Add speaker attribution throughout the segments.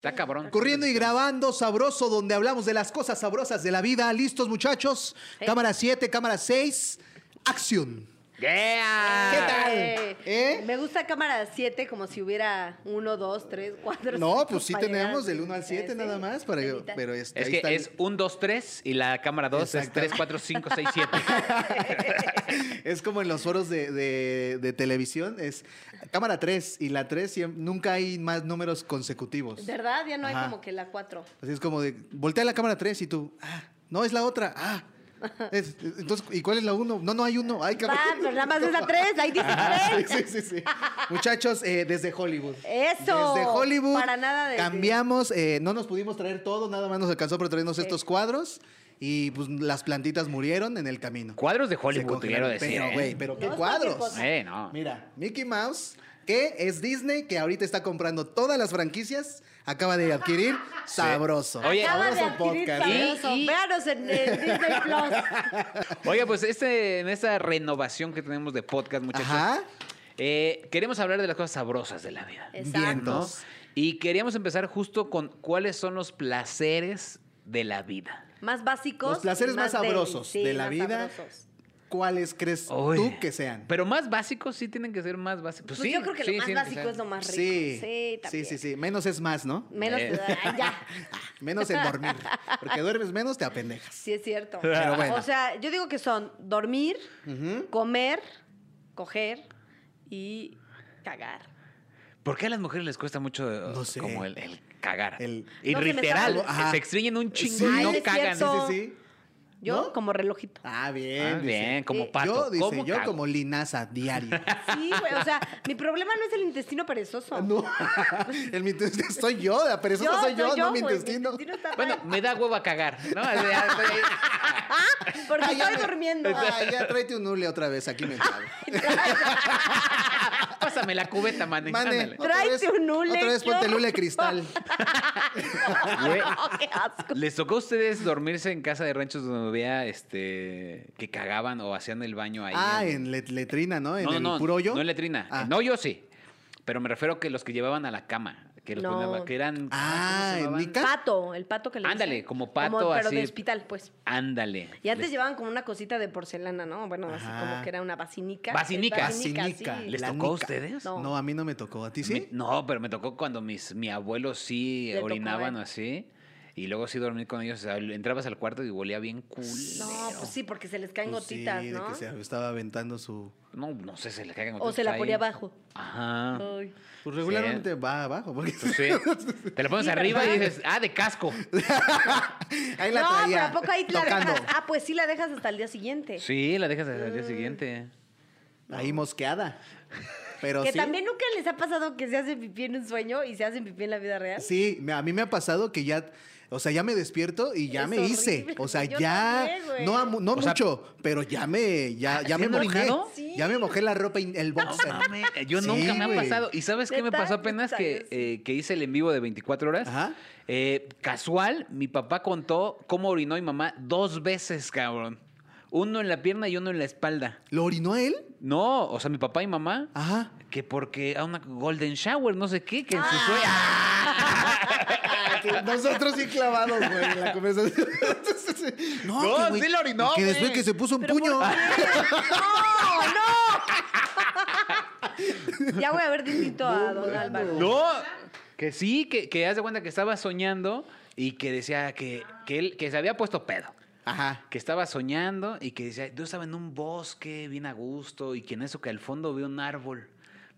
Speaker 1: Está cabrón.
Speaker 2: Corriendo y grabando, sabroso, donde hablamos de las cosas sabrosas de la vida. ¿Listos, muchachos?
Speaker 3: Sí.
Speaker 2: Cámara 7, cámara 6, acción.
Speaker 1: Yeah.
Speaker 2: ¿Qué tal?
Speaker 3: Eh,
Speaker 2: ¿Eh?
Speaker 3: Me gusta cámara 7 como si hubiera 1, 2, 3, 4,
Speaker 2: No, pues sí tenemos del 1 al
Speaker 3: este,
Speaker 2: 7
Speaker 3: ¿eh?
Speaker 2: nada más, para, pero este,
Speaker 1: Es
Speaker 2: ahí
Speaker 1: que
Speaker 2: está el-
Speaker 1: es 1, 2, 3 y la cámara 2 es
Speaker 2: Exacto.
Speaker 1: 3, 4, 5, 6, 7.
Speaker 2: es como en los foros de, de- de televisión, es cámara 3 y la 3 nunca hay más números consecutivos.
Speaker 3: ¿Verdad? Ya no hay
Speaker 2: Ajá.
Speaker 3: como que la 4.
Speaker 2: Así es como de, voltea la cámara 3 y tú, ah, no, es la otra, ah. Es- entonces, ¿y cuál es la 1? No, no hay uno, hay cámara.
Speaker 3: Ah, pero nada más es la 3, ahí dice
Speaker 2: Ah,
Speaker 3: 3.
Speaker 2: sí, sí, sí, sí. Muchachos, eh, desde Hollywood.
Speaker 3: Eso.
Speaker 2: Desde Hollywood.
Speaker 3: Para nada de-
Speaker 2: Cambiamos, eh, no nos pudimos traer todo, nada más nos alcanzó para traernos
Speaker 3: Sí.
Speaker 2: estos cuadros y pues las plantitas murieron en el camino.
Speaker 1: Cuadros de
Speaker 2: Se
Speaker 1: Hollywood, quiero
Speaker 2: congelaron.
Speaker 1: decir.
Speaker 2: Pero,
Speaker 1: ¿eh?
Speaker 2: güey, pero qué
Speaker 3: No pues, es
Speaker 2: cuadros.
Speaker 3: cualquier cosa.
Speaker 1: Eh, no.
Speaker 2: Mira, Mickey Mouse, que es Disney, que ahorita está comprando todas las franquicias, acaba de adquirir Sabroso.
Speaker 1: Oye,
Speaker 3: Acaba de
Speaker 2: Sabroso
Speaker 3: adquirir
Speaker 2: podcast.
Speaker 1: Sabroso.
Speaker 2: ¿eh?
Speaker 3: sabroso.
Speaker 1: Y- y-
Speaker 3: Véanos en el Disney Plus.
Speaker 1: Oiga, pues este, en esta renovación que tenemos de podcast, muchachos,
Speaker 2: Ajá.
Speaker 1: eh, queremos hablar de las cosas sabrosas de la vida.
Speaker 3: Exacto.
Speaker 1: ¿no? Y queríamos empezar justo con cuáles son los placeres de la vida.
Speaker 3: Más básicos.
Speaker 2: Los placeres
Speaker 3: y
Speaker 2: más
Speaker 3: deli.
Speaker 2: sabrosos de la
Speaker 3: más
Speaker 2: vida.
Speaker 3: sabrosos.
Speaker 1: Pues
Speaker 2: ¿Cuáles crees
Speaker 1: Uy.
Speaker 2: tú que sean?
Speaker 1: Pero más básicos sí tienen que ser más básicos. Pues,
Speaker 3: Pues
Speaker 1: sí,
Speaker 3: yo creo que
Speaker 1: sí,
Speaker 3: lo más
Speaker 1: tienen que
Speaker 3: básico
Speaker 1: ser.
Speaker 3: es lo más rico.
Speaker 2: Sí,
Speaker 3: Sí,
Speaker 2: sí, sí,
Speaker 3: también.
Speaker 2: sí, Menos es más, ¿no?
Speaker 3: Menos.
Speaker 1: Eh.
Speaker 3: ah, ya.
Speaker 2: Menos el dormir. Porque duermes menos, te apendejas.
Speaker 3: Sí, es cierto.
Speaker 2: Pero bueno.
Speaker 3: O sea, yo digo que son dormir, comer, coger y cagar.
Speaker 1: ¿Por qué a las mujeres les cuesta mucho eh,
Speaker 2: No sé.
Speaker 1: como el, el cagar?
Speaker 2: El-
Speaker 1: Y
Speaker 3: No, se me
Speaker 1: literal,
Speaker 3: sale.
Speaker 2: Ajá.
Speaker 1: se extrañan un chingo
Speaker 2: Sí.
Speaker 1: y no
Speaker 3: Ay, es
Speaker 1: cagan.
Speaker 3: cierto.
Speaker 2: Sí, sí, sí.
Speaker 3: Yo
Speaker 2: ¿No?
Speaker 3: como relojito.
Speaker 2: Ah, bien.
Speaker 1: Ah,
Speaker 2: dice.
Speaker 1: bien, como
Speaker 3: Sí.
Speaker 1: pato.
Speaker 2: Yo, dice,
Speaker 1: ¿Cómo
Speaker 2: yo
Speaker 1: cago?
Speaker 2: como linaza diario.
Speaker 3: Sí, güey. O sea, mi problema no es el intestino perezoso.
Speaker 2: No, el, mi intestino soy yo, pero eso no soy yo, no mi
Speaker 3: güey,
Speaker 2: intestino.
Speaker 3: está
Speaker 1: Bueno,
Speaker 3: mal.
Speaker 1: me da hueva cagar, ¿no? O sea, estoy ahí.
Speaker 3: Porque
Speaker 2: Ah, ya
Speaker 3: estoy
Speaker 2: me-
Speaker 3: durmiendo.
Speaker 2: Ah, ya tráete un hule otra vez, aquí me encargo.
Speaker 1: Pásame la cubeta, mane.
Speaker 2: Mane,
Speaker 1: ándale.
Speaker 2: otra
Speaker 3: Tráete
Speaker 2: vez-
Speaker 3: un hule,
Speaker 2: Otra vez ponte el
Speaker 3: qué
Speaker 2: hule
Speaker 3: horror.
Speaker 2: cristal.
Speaker 1: Güey,
Speaker 3: No, qué asco.
Speaker 1: ¿Les tocó a ustedes dormirse en casa de ranchos donde había este que cagaban o hacían el baño ahí?
Speaker 2: Ah, en let- letrina, ¿no? En
Speaker 1: no,
Speaker 2: el
Speaker 1: no,
Speaker 2: puro hoyo.
Speaker 1: No en letrina.
Speaker 2: Ah.
Speaker 1: En hoyo sí. Pero me refiero que los que llevaban a la cama, que los
Speaker 3: No.
Speaker 1: ponían- que eran
Speaker 2: Ah,
Speaker 1: ¿cómo se
Speaker 2: en
Speaker 1: llamaban?
Speaker 2: Nica.
Speaker 3: Pato, el pato que le
Speaker 1: Ándale,
Speaker 3: dicen.
Speaker 1: como pato,
Speaker 3: Pero
Speaker 1: así.
Speaker 3: de hospital, pues.
Speaker 1: Ándale.
Speaker 3: Y antes
Speaker 1: Les-
Speaker 3: llevaban como una cosita de porcelana, ¿no? Bueno, así
Speaker 2: Ajá.
Speaker 3: como que era una basinica.
Speaker 1: Basinica.
Speaker 2: Basinica.
Speaker 3: sí.
Speaker 1: ¿Les
Speaker 2: La
Speaker 1: tocó a
Speaker 2: nica.
Speaker 1: ustedes?
Speaker 3: No.
Speaker 2: No, a mí no me tocó. ¿A ti sí?
Speaker 1: Me- no, pero me tocó cuando mis mi abuelo sí
Speaker 3: Le tocó,
Speaker 1: orinaban
Speaker 3: ¿eh?
Speaker 1: así. Y luego sí dormí con ellos. o sea, entrabas al cuarto y olía bien cool.
Speaker 3: No, pues sí, porque se les caen
Speaker 2: Pues sí,
Speaker 3: gotitas,
Speaker 2: de
Speaker 3: ¿no?
Speaker 2: que se estaba aventando su...
Speaker 1: No, no sé, se le cagan
Speaker 3: O se la ponía abajo.
Speaker 1: Ajá.
Speaker 3: Ay.
Speaker 2: Pues regularmente va abajo, porque
Speaker 1: Pues sí. Te la pones
Speaker 3: Sí,
Speaker 1: arriba y
Speaker 3: ¿verdad?
Speaker 1: dices, ah, de casco.
Speaker 2: ahí la
Speaker 3: no,
Speaker 2: traía.
Speaker 3: pero ¿a poco ahí la
Speaker 2: tocando.
Speaker 3: dejas? Ah, pues sí la dejas hasta el día siguiente.
Speaker 1: Sí, la dejas al día siguiente.
Speaker 2: Ahí mosqueada. Pero
Speaker 3: que
Speaker 2: sí.
Speaker 3: también nunca les ha pasado que se hacen pipí en un sueño y se hacen pipí en la vida real.
Speaker 2: Sí, me- a mí me ha pasado que ya, o sea, ya me despierto y ya
Speaker 3: Es
Speaker 2: me hice.
Speaker 3: horrible,
Speaker 2: O sea,
Speaker 3: yo
Speaker 2: ya,
Speaker 3: también, güey.
Speaker 2: no, a mu- no
Speaker 1: O sea, ¿Ah,
Speaker 2: mucho, pero ya me, ya, ya
Speaker 1: ¿sí
Speaker 2: me
Speaker 1: han
Speaker 2: mojé.
Speaker 1: orinado?
Speaker 3: Sí.
Speaker 2: Ya me mojé la ropa, y el boxer.
Speaker 1: Mames, eh, Yo
Speaker 2: Sí,
Speaker 1: nunca me ha
Speaker 2: güey.
Speaker 1: pasado. ¿Y sabes qué me
Speaker 3: Neta,
Speaker 1: pasó apenas
Speaker 3: neta,
Speaker 1: que,
Speaker 3: yo sí.
Speaker 1: eh, que hice el en vivo de 24 horas?
Speaker 2: Ajá.
Speaker 1: Eh, casual, mi papá contó cómo orinó mi mamá dos veces, cabrón. Uno en la pierna y uno en la espalda.
Speaker 2: ¿Lo orinó él?
Speaker 1: No, o sea, mi papá y mamá.
Speaker 2: Ajá.
Speaker 1: Que porque a una golden shower, no sé qué, que en su
Speaker 3: Ah.
Speaker 1: sueño.
Speaker 2: Ah, Que Nosotros sí clavados, güey, en la conversación. no,
Speaker 1: No,
Speaker 2: que, güey,
Speaker 1: sí lo orinó,
Speaker 2: Que
Speaker 1: güey.
Speaker 2: después que se puso un puño.
Speaker 3: Ya voy a ver distinto a don Álvaro.
Speaker 1: No, que sí, que, que haz de cuenta que estaba soñando y que decía que, que él que se había puesto pedo.
Speaker 2: Ajá.
Speaker 1: Que estaba soñando y que decía, yo estaba en un bosque bien a gusto y que en eso que al fondo veo un árbol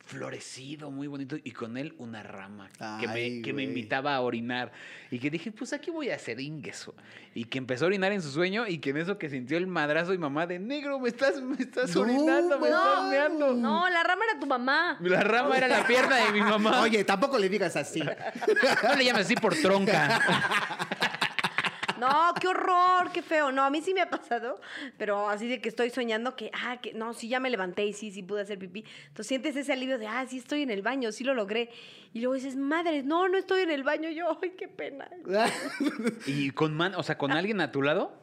Speaker 1: florecido, muy bonito, y con él una rama que,
Speaker 2: Ay,
Speaker 1: me, que me
Speaker 2: güey.
Speaker 1: invitaba a orinar. Y que dije, pues aquí voy a hacer ingreso. Y que empezó a orinar en su sueño y que en eso que sintió el madrazo y mamá de negro, me estás, me estás
Speaker 2: No,
Speaker 1: orinando, me estás
Speaker 2: no,
Speaker 1: meando".
Speaker 3: No, la rama era tu mamá.
Speaker 1: La rama era la pierna de mi mamá.
Speaker 2: Oye, tampoco le digas así.
Speaker 1: No le llames así por tronca.
Speaker 3: No, qué horror, qué feo. No, a mí sí me ha pasado, pero así de que estoy soñando que, ah, que no, sí ya me levanté y sí, sí pude hacer pipí. Entonces sientes ese alivio de, ah, sí estoy en el baño, sí lo logré. Y luego dices, madre, no, no estoy en el baño. Yo, ay, qué pena.
Speaker 1: Y con man, o sea, con alguien a tu lado.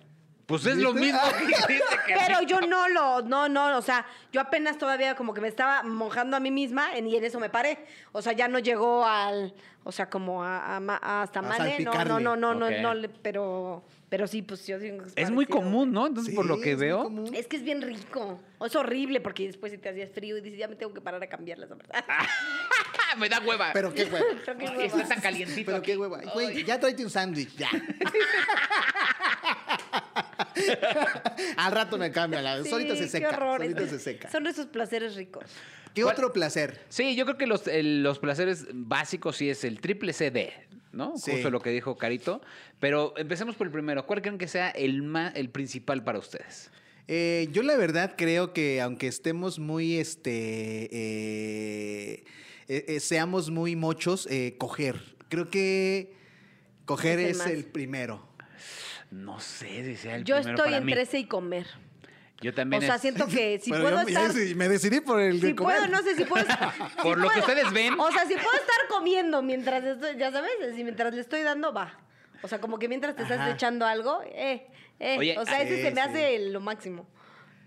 Speaker 1: Pues es lo
Speaker 2: ¿Viste?
Speaker 1: mismo que hiciste que
Speaker 3: Pero yo no lo, no, no, o sea, yo apenas todavía como que me estaba mojando a mí misma en- y en eso me paré. O sea, ya no llegó al, o sea, como a, a ma- a hasta
Speaker 2: A
Speaker 3: male. No, no,
Speaker 2: salpicarle.
Speaker 3: no, no, no,
Speaker 1: Ok.
Speaker 3: no, le- pero, pero sí, pues yo digo que
Speaker 1: Es muy
Speaker 3: parecido.
Speaker 1: común, ¿no? Entonces, por lo
Speaker 2: Sí,
Speaker 1: que
Speaker 2: es muy
Speaker 1: veo.
Speaker 2: común.
Speaker 3: Es que es bien rico. O es horrible porque después se te hacías frío y dices, ya me tengo que parar a cambiarlas, la verdad.
Speaker 1: ¡Ah, me da hueva!
Speaker 2: Pero qué hueva.
Speaker 3: Creo que
Speaker 1: Ay,
Speaker 3: hueva.
Speaker 1: está tan calientito.
Speaker 2: Pero
Speaker 1: aquí.
Speaker 2: qué hueva. Güey, ya tráete un sándwich, ya. Al rato me cambia. La...
Speaker 3: Sí,
Speaker 2: ahorita se
Speaker 3: qué
Speaker 2: seca.
Speaker 3: horror.
Speaker 2: ahorita
Speaker 3: Entonces,
Speaker 2: se seca.
Speaker 3: Son esos placeres ricos.
Speaker 2: ¿Qué
Speaker 1: ¿Cuál-
Speaker 2: otro placer?
Speaker 1: Sí, yo creo que los, eh, los placeres básicos sí es el triple CD, ¿no?
Speaker 2: Sí.
Speaker 1: Justo lo que dijo Carito. Pero empecemos por el primero. ¿Cuál creen que sea el, ma- el principal para ustedes?
Speaker 2: Eh, yo la verdad creo que aunque estemos muy, este, eh, eh, eh, seamos muy mochos, eh, coger. Creo que coger
Speaker 3: Es el
Speaker 2: es
Speaker 3: más.
Speaker 2: el primero.
Speaker 1: No sé si sea el
Speaker 3: yo
Speaker 1: primero
Speaker 3: estoy
Speaker 1: para mí.
Speaker 3: entre ese y comer.
Speaker 1: Yo también
Speaker 3: o sea,
Speaker 1: es-
Speaker 3: siento que si
Speaker 2: Pero
Speaker 3: puedo
Speaker 2: yo- ya
Speaker 3: estar...
Speaker 2: decidí- me decidí por el
Speaker 3: Si
Speaker 2: de comer.
Speaker 3: puedo, no sé si puedo. estar-
Speaker 1: Por
Speaker 3: si
Speaker 1: lo que
Speaker 3: puedo-
Speaker 1: ustedes ven.
Speaker 3: O sea, si puedo estar comiendo mientras estoy, ya sabes, si mientras le estoy dando, va. O sea, como que mientras te estás
Speaker 2: Ajá.
Speaker 3: echando algo, eh, eh.
Speaker 1: Oye,
Speaker 3: o sea, ese
Speaker 2: sí,
Speaker 3: se me
Speaker 2: sí.
Speaker 3: hace lo máximo.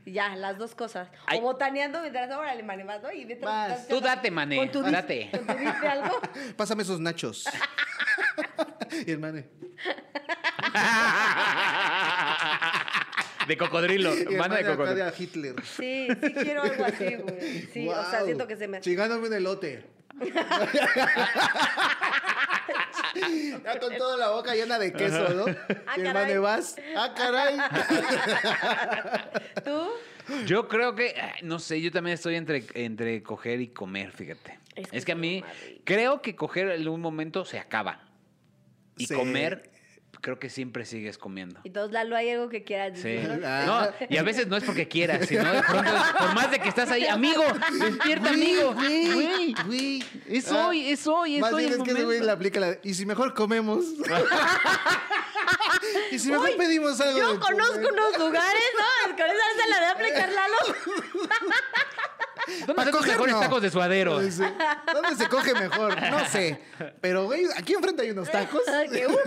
Speaker 3: Y Ya, las dos cosas.
Speaker 1: Ay.
Speaker 3: O botaneando mientras, órale, mané, vas, ¿no? Y mientras
Speaker 2: Vas.
Speaker 3: estás
Speaker 1: Tú
Speaker 3: echando-
Speaker 1: date, mané,
Speaker 3: Con tu dis-
Speaker 1: date.
Speaker 3: Con tu dis de algo.
Speaker 2: Pásame esos nachos. y el mane.
Speaker 1: de cocodrilo.
Speaker 2: y el
Speaker 1: Mano de
Speaker 2: mane acá de
Speaker 1: cocodrilo.
Speaker 2: a Hitler.
Speaker 3: Sí, sí quiero algo así, güey. Eh, Sí, o sea,
Speaker 2: Guau.
Speaker 3: siento que se me.
Speaker 2: Chingándome un elote. ya con toda la boca llena de queso, ¿no?
Speaker 3: Ah,
Speaker 2: y el
Speaker 3: caray.
Speaker 2: mane vas. Ah, caray.
Speaker 3: ¿Tú?
Speaker 1: Yo creo que, ay, no sé, yo también estoy entre, entre coger y comer, fíjate.
Speaker 3: Es
Speaker 1: Es
Speaker 3: que
Speaker 1: que, a
Speaker 3: es
Speaker 1: mí,
Speaker 3: lo más rico.
Speaker 1: creo que coger en un momento se acaba. Y
Speaker 2: Sí.
Speaker 1: comer, creo que siempre sigues comiendo.
Speaker 3: Y todos, Lalo, hay algo que quieras
Speaker 1: Sí.
Speaker 3: decir.
Speaker 2: Ah.
Speaker 1: No, y a veces no es porque quieras, sino de pronto, es- por más de que estás ahí, amigo, despierta, amigo. Güey,
Speaker 2: güey.
Speaker 1: es
Speaker 2: Ah,
Speaker 1: hoy, es hoy, es
Speaker 2: Más
Speaker 1: hoy.
Speaker 2: bien
Speaker 1: el
Speaker 2: es que ese güey
Speaker 1: momento.
Speaker 2: le aplica la. Y si mejor comemos. y si mejor
Speaker 3: Uy,
Speaker 2: pedimos algo.
Speaker 3: Yo
Speaker 2: de
Speaker 3: conozco
Speaker 2: comer?
Speaker 3: unos lugares, ¿no? Con esa se la de aplicar Lalo.
Speaker 1: ¿Dónde
Speaker 2: Para
Speaker 1: están los
Speaker 2: coger,
Speaker 1: mejores
Speaker 2: no. Pues.
Speaker 1: tacos de suadero?
Speaker 2: Sí. ¿Dónde se coge mejor? No sé. Pero, güey, aquí enfrente hay unos tacos.
Speaker 3: Que, uh,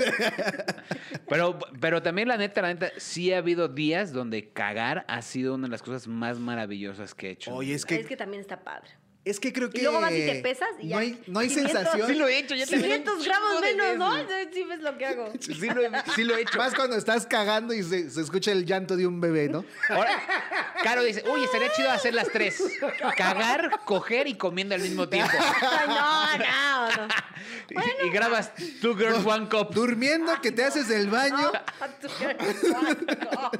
Speaker 1: Pero, pero también la neta, la neta, sí ha habido días donde cagar ha sido una de las cosas más maravillosas que he hecho. en mi
Speaker 2: Oye, es
Speaker 1: vida.
Speaker 2: que,
Speaker 3: Es que también está padre.
Speaker 2: es que creo que.
Speaker 3: Y luego vas y te pesas y
Speaker 2: No
Speaker 3: ya.
Speaker 2: hay, no hay
Speaker 3: 500.
Speaker 2: sensación.
Speaker 1: Sí lo he hecho, ya te
Speaker 3: 500 gramos menos, ¿no?
Speaker 1: ¿no?
Speaker 3: Sí ves lo que hago.
Speaker 1: Sí lo, he, sí lo he hecho.
Speaker 2: Más cuando estás cagando y se, se escucha el llanto de un bebé, ¿no?
Speaker 1: Ahora, Caro dice, uy, estaría chido hacer las tres. Cagar, coger y comiendo al mismo tiempo.
Speaker 3: Ay, No, no, no.
Speaker 1: Y- y, grabas Two Girls, One Cup.
Speaker 2: Durmiendo que te haces del baño.
Speaker 3: No, tú eres guapo.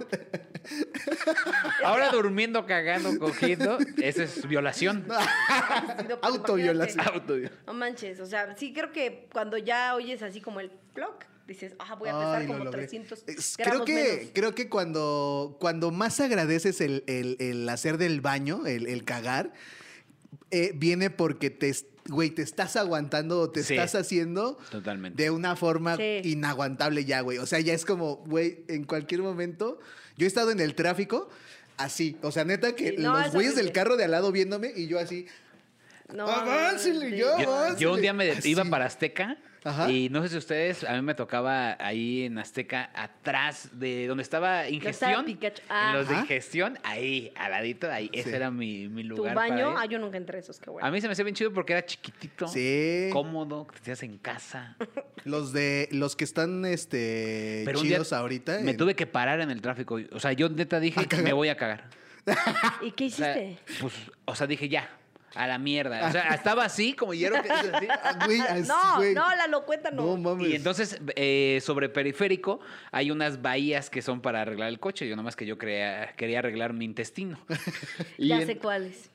Speaker 1: Ahora durmiendo, cagando, cogiendo. Esa es violación.
Speaker 3: No, pues,
Speaker 2: Autoviolación.
Speaker 3: imagínate.
Speaker 1: Auto-
Speaker 3: No manches, o sea, sí creo que cuando ya oyes así como el ploc, dices, ah, voy a pesar
Speaker 2: Ay, lo
Speaker 3: como
Speaker 2: logré.
Speaker 3: 300
Speaker 2: Es-
Speaker 3: gramos
Speaker 2: creo que,
Speaker 3: menos.
Speaker 2: Creo que cuando, cuando más agradeces el, el- el hacer del baño, el, el cagar, eh, viene porque te, es- güey, te estás aguantando o te
Speaker 1: Sí.
Speaker 2: estás haciendo
Speaker 1: Totalmente.
Speaker 2: de una forma
Speaker 3: Sí.
Speaker 2: inaguantable ya, güey. O sea, ya es como, güey, en cualquier momento. Yo he estado en el tráfico así. O sea, neta que
Speaker 3: Sí, no,
Speaker 2: los
Speaker 3: es
Speaker 2: güeyes del
Speaker 3: horrible.
Speaker 2: carro de al lado viéndome y yo así.
Speaker 3: No,
Speaker 2: Aváncenle,
Speaker 3: sí.
Speaker 2: yo-
Speaker 1: Yo, yo un día me de-
Speaker 2: Así.
Speaker 1: iba para Azteca
Speaker 2: Ajá.
Speaker 1: y no sé si ustedes, a mí me tocaba ahí en Azteca, atrás de donde estaba ingestión.
Speaker 3: Pikachu.
Speaker 1: En los de
Speaker 2: Ajá.
Speaker 1: ingestión, ahí, al ladito, ahí.
Speaker 2: Ah. Sí.
Speaker 1: Ese era mi, mi
Speaker 3: Tu
Speaker 1: lugar. para
Speaker 3: baño,
Speaker 1: ir.
Speaker 3: ah, yo nunca entré a esos, qué bueno.
Speaker 1: A mí se me hacía bien chido porque era chiquitito,
Speaker 2: Sí.
Speaker 1: cómodo, que te hacías en casa.
Speaker 2: Los de los que están este
Speaker 1: Pero un día
Speaker 2: chidos ahorita.
Speaker 1: Me
Speaker 2: en-
Speaker 1: tuve que parar en el tráfico. O sea, yo neta dije, me voy a cagar.
Speaker 3: ¿Y qué
Speaker 1: O sea,
Speaker 3: hiciste?
Speaker 1: pues, o sea, dije ya, a la mierda. O sea, estaba así, como hierro que dices así.
Speaker 2: Ah, güey, así,
Speaker 3: No,
Speaker 2: güey.
Speaker 3: no, la locueta
Speaker 2: No
Speaker 3: no.
Speaker 2: mames.
Speaker 1: Y entonces, eh, sobre periférico, hay unas bahías que son para arreglar el coche. Yo nomás que yo quería, quería arreglar mi intestino. Y
Speaker 3: ya
Speaker 1: en-
Speaker 3: sé cuáles.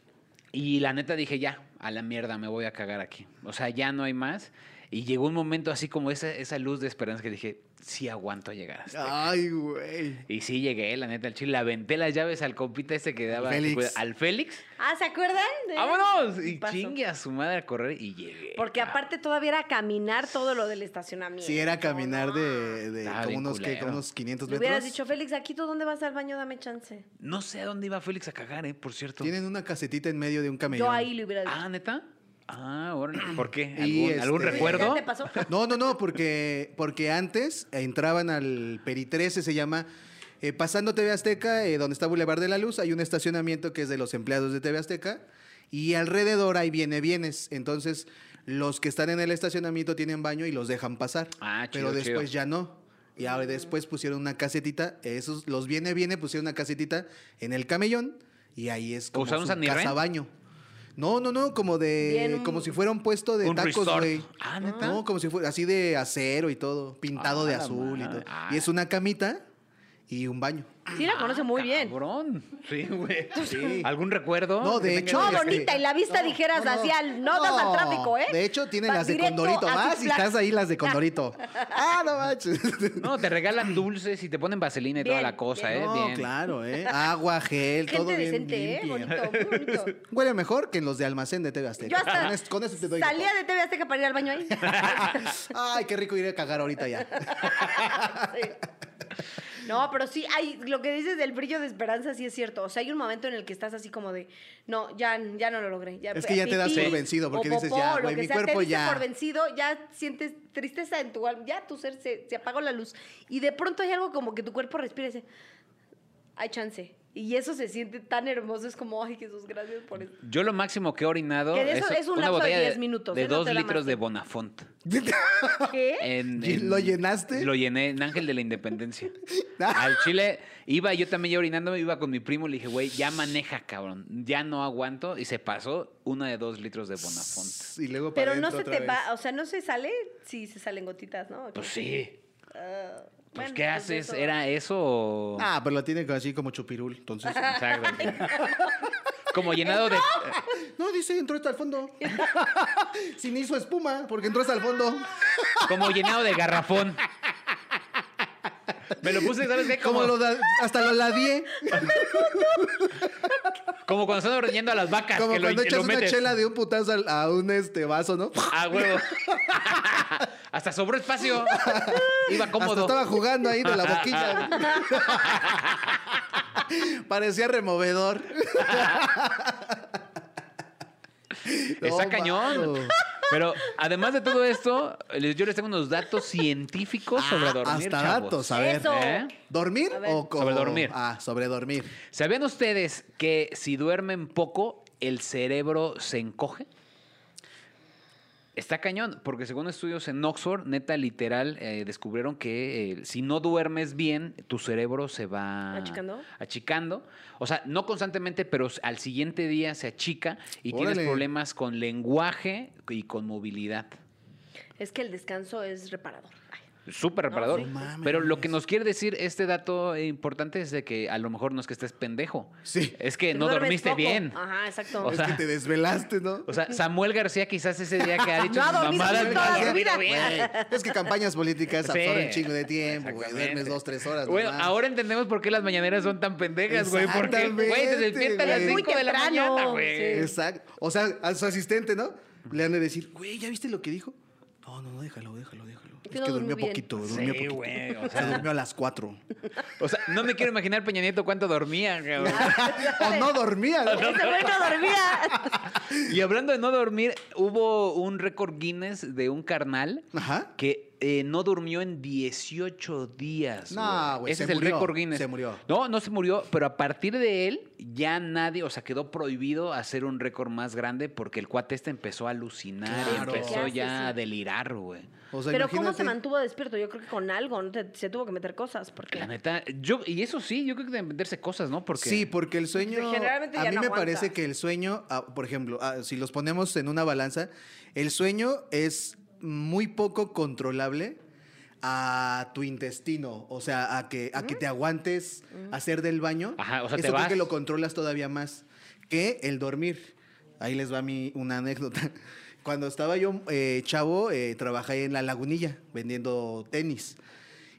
Speaker 1: Y la neta dije, ya, a la mierda, me voy a cagar aquí. O sea, ya no hay más. Y llegó un momento así como esa, esa luz de esperanza que dije, sí aguanto a llegar. hasta acá".
Speaker 2: Ay, güey.
Speaker 1: Y sí llegué, la neta, al chile. Le aventé las llaves al compita este que daba... que
Speaker 2: Félix.
Speaker 1: cuida- Al Félix.
Speaker 3: Ah, ¿se acuerdan? de-
Speaker 1: ¡Vámonos! Y
Speaker 3: Paso.
Speaker 1: chingue a su madre a correr y llegué. Ah,
Speaker 3: Porque
Speaker 1: cabrón.
Speaker 3: aparte todavía era caminar todo lo del estacionamiento.
Speaker 2: Sí, era caminar
Speaker 3: Eh, No,
Speaker 2: de, de
Speaker 1: Estaba
Speaker 2: como
Speaker 1: bien
Speaker 2: unos, ¿qué?
Speaker 1: culero.
Speaker 2: Como unos 500
Speaker 3: Le
Speaker 2: metros.
Speaker 3: hubieras dicho, Félix, aquí tú dónde vas al baño, dame chance.
Speaker 1: No sé a dónde iba Félix a cagar, ¿eh? Por cierto.
Speaker 2: Tienen una casetita en medio de un camellón.
Speaker 3: Yo ahí le hubiera dicho.
Speaker 1: Ah, ¿neta? Ah, órale. ¿Por qué? ¿Algún,
Speaker 2: Y,
Speaker 1: algún
Speaker 2: este,
Speaker 1: recuerdo?
Speaker 3: ¿Ya te pasó?
Speaker 2: No, no, no, porque, porque antes entraban al Peri 13, se llama. Eh, pasando TV Azteca, eh, donde está Boulevard de la Luz, hay un estacionamiento que es de los empleados de TV Azteca. Y alrededor hay viene bienes. Entonces, los que están en el estacionamiento tienen baño y los dejan pasar.
Speaker 1: Ah, chido,
Speaker 2: Pero después
Speaker 1: chido.
Speaker 2: ya no. Y ahora después pusieron una casetita. Esos, los viene viene pusieron una casetita en el camellón. Y ahí es como
Speaker 1: ¿Usaron
Speaker 2: su
Speaker 1: San Irene?
Speaker 2: casa baño. No, no, no, como de.
Speaker 3: Bien, un-
Speaker 2: como si fuera un puesto de
Speaker 1: Un
Speaker 2: tacos,
Speaker 1: resort.
Speaker 2: güey.
Speaker 1: Ah, ¿neta?
Speaker 2: No, como si fuera así de acero y todo, pintado
Speaker 1: Ah,
Speaker 2: de
Speaker 1: la
Speaker 2: azul y
Speaker 1: madre.
Speaker 2: todo.
Speaker 1: Ah.
Speaker 2: Y es una camita y un baño.
Speaker 3: Sí,
Speaker 2: Ah,
Speaker 3: la conoce muy bien.
Speaker 1: Ah, Cabrón. Sí, güey.
Speaker 2: Sí.
Speaker 1: ¿Algún recuerdo?
Speaker 2: No, de
Speaker 1: que
Speaker 2: hecho.
Speaker 1: tengas?
Speaker 3: No, bonita, y la vista dijeras así al- notas al tráfico, ¿eh?
Speaker 2: De hecho, tienen
Speaker 3: Vas
Speaker 2: las de
Speaker 3: directo
Speaker 2: Condorito.
Speaker 3: a
Speaker 2: Vas
Speaker 3: Six
Speaker 2: y
Speaker 3: Flags.
Speaker 2: estás ahí las de Condorito. ah, no manches.
Speaker 1: No, te regalan dulces y te ponen vaselina y
Speaker 3: Bien,
Speaker 1: toda la cosa,
Speaker 3: bien.
Speaker 1: ¿eh?
Speaker 2: No,
Speaker 1: bien.
Speaker 2: claro, ¿eh? Agua, gel, todo
Speaker 3: Gente
Speaker 2: bien
Speaker 3: decente, ¿eh?
Speaker 2: limpio.
Speaker 3: Bonito, muy bonito.
Speaker 2: Huele mejor que en los de almacén de TV Azteca.
Speaker 3: Yo hasta
Speaker 2: Con es- con eso te doy.
Speaker 3: salía de TV Azteca para ir al baño ahí.
Speaker 2: Ay, qué rico ir a cagar ahorita ya.
Speaker 3: Sí. No, pero sí, hay, lo que dices del brillo de esperanza sí es cierto. O sea, hay un momento en el que estás así como de, no, ya, ya no lo logré.
Speaker 2: Es que ya te das
Speaker 3: pipí,
Speaker 2: por vencido, porque
Speaker 3: o
Speaker 2: dices,
Speaker 3: popó,
Speaker 2: ya,
Speaker 3: lo
Speaker 2: güey,
Speaker 3: que
Speaker 2: mi
Speaker 3: sea, te
Speaker 2: cuerpo
Speaker 3: diste
Speaker 2: ya.
Speaker 3: por vencido, ya sientes tristeza en tu alma, ya tu ser se, se apagó la luz. Y de pronto hay algo como que tu cuerpo respira y dice, hay chance. Y eso se siente tan hermoso, es como, ay, Jesús, gracias por eso.
Speaker 1: Yo lo máximo que he orinado
Speaker 3: Que de eso es un
Speaker 1: una
Speaker 3: lapso de
Speaker 1: botella
Speaker 3: 10 minutos,
Speaker 1: de
Speaker 3: ¿eh? No
Speaker 1: dos
Speaker 3: te da
Speaker 1: litros
Speaker 3: más
Speaker 1: de
Speaker 3: tiempo.
Speaker 1: Bonafont.
Speaker 3: ¿Qué?
Speaker 1: En-
Speaker 2: ¿Y
Speaker 1: en-
Speaker 2: lo llenaste? Ah.
Speaker 1: Lo llené en Ángel de la Independencia. Al Chile iba yo también ya orinándome, iba con mi primo, le dije, güey, ya maneja, cabrón, ya no aguanto. Y se pasó una de dos litros de Bonafont.
Speaker 2: Y luego para
Speaker 3: Pero no
Speaker 2: adentro
Speaker 3: se
Speaker 2: otra
Speaker 3: te
Speaker 2: vez.
Speaker 3: va, o sea, no se sale si se salen gotitas, ¿no?
Speaker 1: Pues sí.
Speaker 3: Ah,
Speaker 1: Pues,
Speaker 3: bueno,
Speaker 1: ¿qué haces?
Speaker 3: eso-
Speaker 1: ¿Era eso o...?
Speaker 2: Ah, pero lo tiene así como chupirul. Entonces.
Speaker 1: Exacto. Como llenado de...
Speaker 2: No, dice, entró hasta el fondo. Sin hizo espuma, porque entró hasta el fondo.
Speaker 1: Como llenado de garrafón. Me lo puse, ¿sabes qué?
Speaker 2: Como
Speaker 1: Como,
Speaker 2: lo da- hasta lo ladie.
Speaker 1: como cuando están ordeñando a las vacas.
Speaker 2: Como
Speaker 1: que
Speaker 2: cuando
Speaker 1: lo,
Speaker 2: echas
Speaker 1: lo
Speaker 2: una
Speaker 1: metes.
Speaker 2: chela de un putazo al- a un este vaso, ¿no?
Speaker 1: Ah, huevo. Hasta sobró espacio. Iba
Speaker 2: Hasta
Speaker 1: cómodo.
Speaker 2: estaba jugando ahí de la boquilla. Parecía removedor.
Speaker 1: Está
Speaker 2: No,
Speaker 1: cañón.
Speaker 2: mano.
Speaker 1: Pero además de todo esto, les- yo les tengo unos datos científicos sobre dormir.
Speaker 2: Ah, Hasta
Speaker 1: chavos.
Speaker 2: datos, a ver.
Speaker 3: Eso.
Speaker 1: ¿Eh?
Speaker 2: ¿Dormir
Speaker 3: A ver.
Speaker 2: o co-
Speaker 1: Sobre dormir.
Speaker 2: Ah, sobre dormir.
Speaker 1: ¿Sabían ustedes que si duermen poco, el cerebro se encoge? Está cañón, porque según estudios en Oxford, neta, literal, eh, descubrieron que eh, si no duermes bien, tu cerebro se va
Speaker 3: ¿Achicando?
Speaker 1: achicando. O sea, no constantemente, pero al siguiente día se achica y
Speaker 2: Órale.
Speaker 1: tienes problemas con lenguaje y con movilidad.
Speaker 3: Es que el descanso es reparador. Ay,
Speaker 1: Súper
Speaker 3: No,
Speaker 1: reparador.
Speaker 3: sí. No
Speaker 2: mames.
Speaker 1: Pero lo que nos quiere decir este dato importante es de que a lo mejor no es que estés pendejo.
Speaker 2: Sí.
Speaker 1: Es que
Speaker 3: te
Speaker 1: no
Speaker 3: duermes
Speaker 1: dormiste
Speaker 3: poco.
Speaker 1: bien.
Speaker 3: Ajá, exacto.
Speaker 1: O sea,
Speaker 2: es que te desvelaste, ¿no?
Speaker 1: O sea, Samuel García quizás ese día que ha dicho
Speaker 3: No ha
Speaker 1: sus
Speaker 3: dormido
Speaker 1: mamadas,
Speaker 3: bien
Speaker 1: no ha
Speaker 3: toda su
Speaker 1: dormido
Speaker 3: vida.
Speaker 1: bien.
Speaker 2: Güey, es que campañas políticas
Speaker 1: Sí.
Speaker 2: absorben un chingo de tiempo, güey.
Speaker 1: Exactamente.
Speaker 2: Duermes dos, tres horas.
Speaker 1: Bueno,
Speaker 2: nomás.
Speaker 1: ahora entendemos por qué las mañaneras son tan pendejas, güey. Porque, güey, se despierta a las
Speaker 2: Exactamente, güey.
Speaker 1: 5 de la
Speaker 3: Muy temprano,
Speaker 1: mañana, güey.
Speaker 2: Exacto. O sea, a su asistente, ¿no? Le han de decir, güey, ¿ya viste lo que dijo? No, no, no, déjalo, déjalo, déjalo.
Speaker 3: que
Speaker 2: Es
Speaker 3: no
Speaker 2: que durmió
Speaker 3: durmió bien.
Speaker 2: poquito,
Speaker 1: Sí,
Speaker 2: durmió poquito.
Speaker 1: güey, o
Speaker 2: Se
Speaker 1: sea.
Speaker 2: durmió a las cuatro.
Speaker 1: O sea, no me quiero imaginar Peña Nieto cuánto dormía, cabrón.
Speaker 2: o no dormía, ¿no?
Speaker 3: Ese güey no dormía.
Speaker 1: Y hablando de no dormir, hubo un récord Guinness de un carnal
Speaker 2: Ajá.
Speaker 1: que eh, no durmió en 18 días.
Speaker 2: No, güey,
Speaker 1: Ese
Speaker 2: se
Speaker 1: es
Speaker 2: murió,
Speaker 1: el récord Guinness.
Speaker 2: se murió.
Speaker 1: No, no se murió, pero a partir de él ya nadie, o sea, quedó prohibido hacer un récord más grande porque el cuate este empezó a alucinar,
Speaker 2: Claro.
Speaker 1: empezó
Speaker 3: ¿Qué haces,
Speaker 1: ya
Speaker 3: sí?
Speaker 1: a delirar, güey.
Speaker 2: O sea,
Speaker 3: Pero ¿cómo se
Speaker 2: imagínate.
Speaker 3: mantuvo despierto? Yo creo que con algo, ¿no? Te- se tuvo que meter cosas. Porque
Speaker 1: La neta, yo, y eso sí, yo creo que deben venderse cosas, ¿no? Porque
Speaker 2: Sí, porque el sueño.
Speaker 3: Generalmente
Speaker 2: a
Speaker 3: ya
Speaker 2: mí
Speaker 3: no
Speaker 2: me
Speaker 3: aguanta.
Speaker 2: parece que el sueño, ah, por ejemplo, ah, si los ponemos en una balanza, el sueño es muy poco controlable a tu intestino, o sea, a que, a
Speaker 3: Mm.
Speaker 2: que te aguantes hacer del baño.
Speaker 1: Ajá, o sea,
Speaker 2: Eso
Speaker 1: te
Speaker 2: creo
Speaker 1: vas.
Speaker 2: que lo controlas todavía más que el dormir. Ahí les va mi, una anécdota. Cuando estaba yo eh, chavo, eh, trabajé en la lagunilla vendiendo tenis.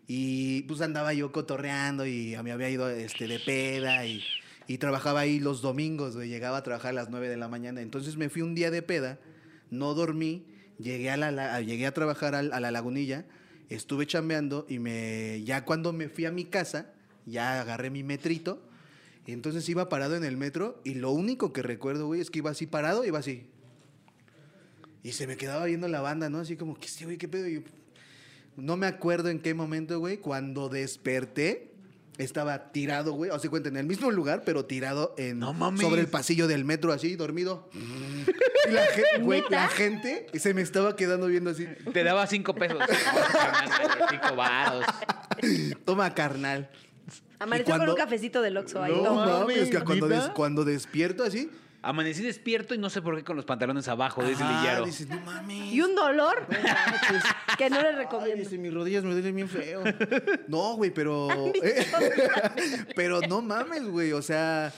Speaker 2: Y pues andaba yo cotorreando y me había ido este, de peda y, y trabajaba ahí los domingos, güey. Llegaba a trabajar a las 9 de la mañana. Entonces me fui un día de peda, no dormí, llegué a, la, la- llegué a trabajar al- a la lagunilla, estuve chambeando y me, ya cuando me fui a mi casa, ya agarré mi metrito. Y entonces iba parado en el metro y lo único que recuerdo, güey, es que iba así parado, iba así. Y se me quedaba viendo la banda, ¿no? Así como, ¿qué este, güey? ¿Qué pedo? Y yo, no me acuerdo en qué momento, güey, cuando desperté, Estaba tirado, güey. O sea, cuenta, en el mismo lugar, pero tirado en
Speaker 1: No mames.
Speaker 2: sobre el pasillo del metro, así, dormido. Y la, ge- güey, la gente se me estaba quedando viendo así.
Speaker 1: Te daba cinco pesos. cinco varos.
Speaker 2: Toma, carnal.
Speaker 3: Amaneció
Speaker 2: cuando-
Speaker 3: con un cafecito del Oxxo ahí.
Speaker 2: no
Speaker 3: todo.
Speaker 2: mames,
Speaker 4: mames,
Speaker 2: que cuando,
Speaker 4: ¿neta?
Speaker 2: des- cuando despierto así.
Speaker 1: Amanecí despierto y no sé por qué con los pantalones abajo, dice
Speaker 2: ah,
Speaker 1: Lillaro.
Speaker 2: dices, no mames.
Speaker 3: Y un dolor
Speaker 2: manches.
Speaker 3: que no le
Speaker 2: Ay,
Speaker 3: recomiendo.
Speaker 2: dice, mis rodillas me duelen bien feo. No, güey, pero. eh, pero no mames, güey. O sea.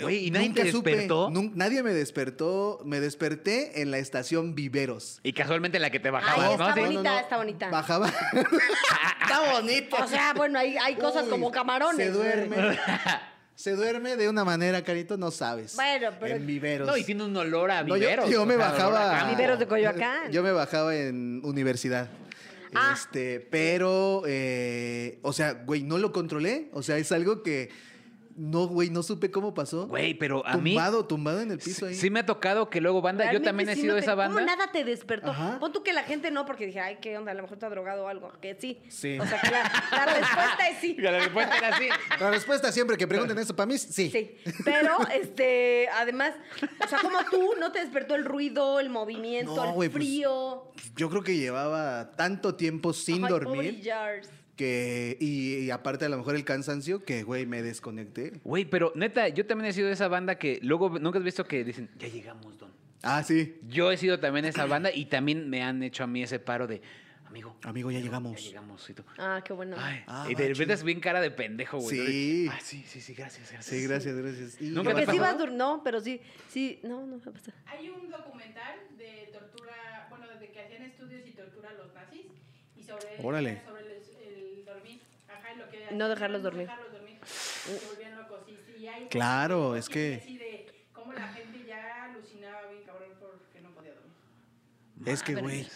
Speaker 1: Güey, ¿y nadie te despertó?
Speaker 2: nun- nadie me despertó. Me desperté en la estación Viveros.
Speaker 1: Y casualmente la que te
Speaker 3: Ay,
Speaker 1: bajaba,
Speaker 3: está
Speaker 1: ¿no? Sí.
Speaker 3: bonita, está bonita.
Speaker 2: Bajaba. está bonita.
Speaker 3: O sea, bueno, hay, hay cosas
Speaker 2: Uy,
Speaker 3: como camarones.
Speaker 2: Se
Speaker 3: güey.
Speaker 2: duerme. se duerme de una manera, carito, no sabes.
Speaker 3: Bueno, pero-
Speaker 2: En Viveros.
Speaker 1: No, y tiene un olor a
Speaker 2: No, yo-
Speaker 1: viveros.
Speaker 2: yo me
Speaker 1: o sea, olor a
Speaker 2: bajaba-
Speaker 1: campo.
Speaker 3: Viveros de Coyoacán.
Speaker 2: Yo me bajaba en universidad.
Speaker 3: Ah.
Speaker 2: Este, pero, eh, o sea, güey, no lo controlé. O sea, es algo que no, güey, no supe cómo pasó.
Speaker 1: Güey, pero a mí...
Speaker 2: tumbado, tumbado en el piso ahí.
Speaker 1: Sí me ha tocado que luego banda... Yo
Speaker 3: Realmente
Speaker 1: también he
Speaker 3: sí
Speaker 1: sido
Speaker 3: no
Speaker 1: de
Speaker 3: te-
Speaker 1: esa banda.
Speaker 3: ¿Cómo nada te despertó?
Speaker 2: Ajá.
Speaker 3: Pon tú que la gente no, porque dije, ay, qué onda, a lo mejor está drogado o algo. Que sí.
Speaker 2: Sí.
Speaker 3: O sea, que la, la respuesta es sí.
Speaker 1: Y la respuesta era así.
Speaker 2: La respuesta siempre que pregunten eso para mí, sí.
Speaker 3: Sí, pero este, además, o sea, como tú no te despertó el ruido, el movimiento,
Speaker 2: No,
Speaker 3: el
Speaker 2: güey, pues,
Speaker 3: frío.
Speaker 2: Yo creo que llevaba tanto tiempo sin
Speaker 3: Ay, pobre
Speaker 2: dormir
Speaker 3: Jars.
Speaker 2: que, y, y aparte a lo mejor el cansancio, que, güey, me desconecté.
Speaker 1: Güey, pero neta, yo también he sido de esa banda que luego nunca has visto que dicen, ya llegamos, Don.
Speaker 2: Ah, sí.
Speaker 1: Yo he sido también esa banda y también me han hecho a mí ese paro de, amigo,
Speaker 2: Amigo, ya
Speaker 1: ya
Speaker 2: llegamos.
Speaker 1: llegamos. Y tú,
Speaker 3: Ah, qué bueno.
Speaker 1: ay,
Speaker 2: Ah,
Speaker 1: y de
Speaker 2: va,
Speaker 1: repente
Speaker 2: chido.
Speaker 1: es bien cara de pendejo, güey.
Speaker 2: Sí.
Speaker 1: Yo de, Ah, sí, sí, sí, gracias, gracias.
Speaker 2: Sí, gracias, gracias. Y-
Speaker 1: Nunca
Speaker 3: Porque
Speaker 1: te
Speaker 3: sí
Speaker 1: pasó?
Speaker 3: vas dur- no, pero sí, sí, no, no me pasa.
Speaker 5: Hay un documental de tortura, bueno, de que hacían estudios y tortura a los nazis y sobre,
Speaker 2: Órale.
Speaker 5: sobre el, el dormir. Ajá, y lo que
Speaker 3: No dejarlos
Speaker 5: no
Speaker 3: dormir.
Speaker 5: dejarlos dormir. Se volvían locos. Y, y hay
Speaker 2: Claro, es que-
Speaker 5: así de cómo la gente ya alucinaba bien cabrón porque no podía dormir.
Speaker 2: Es que, güey.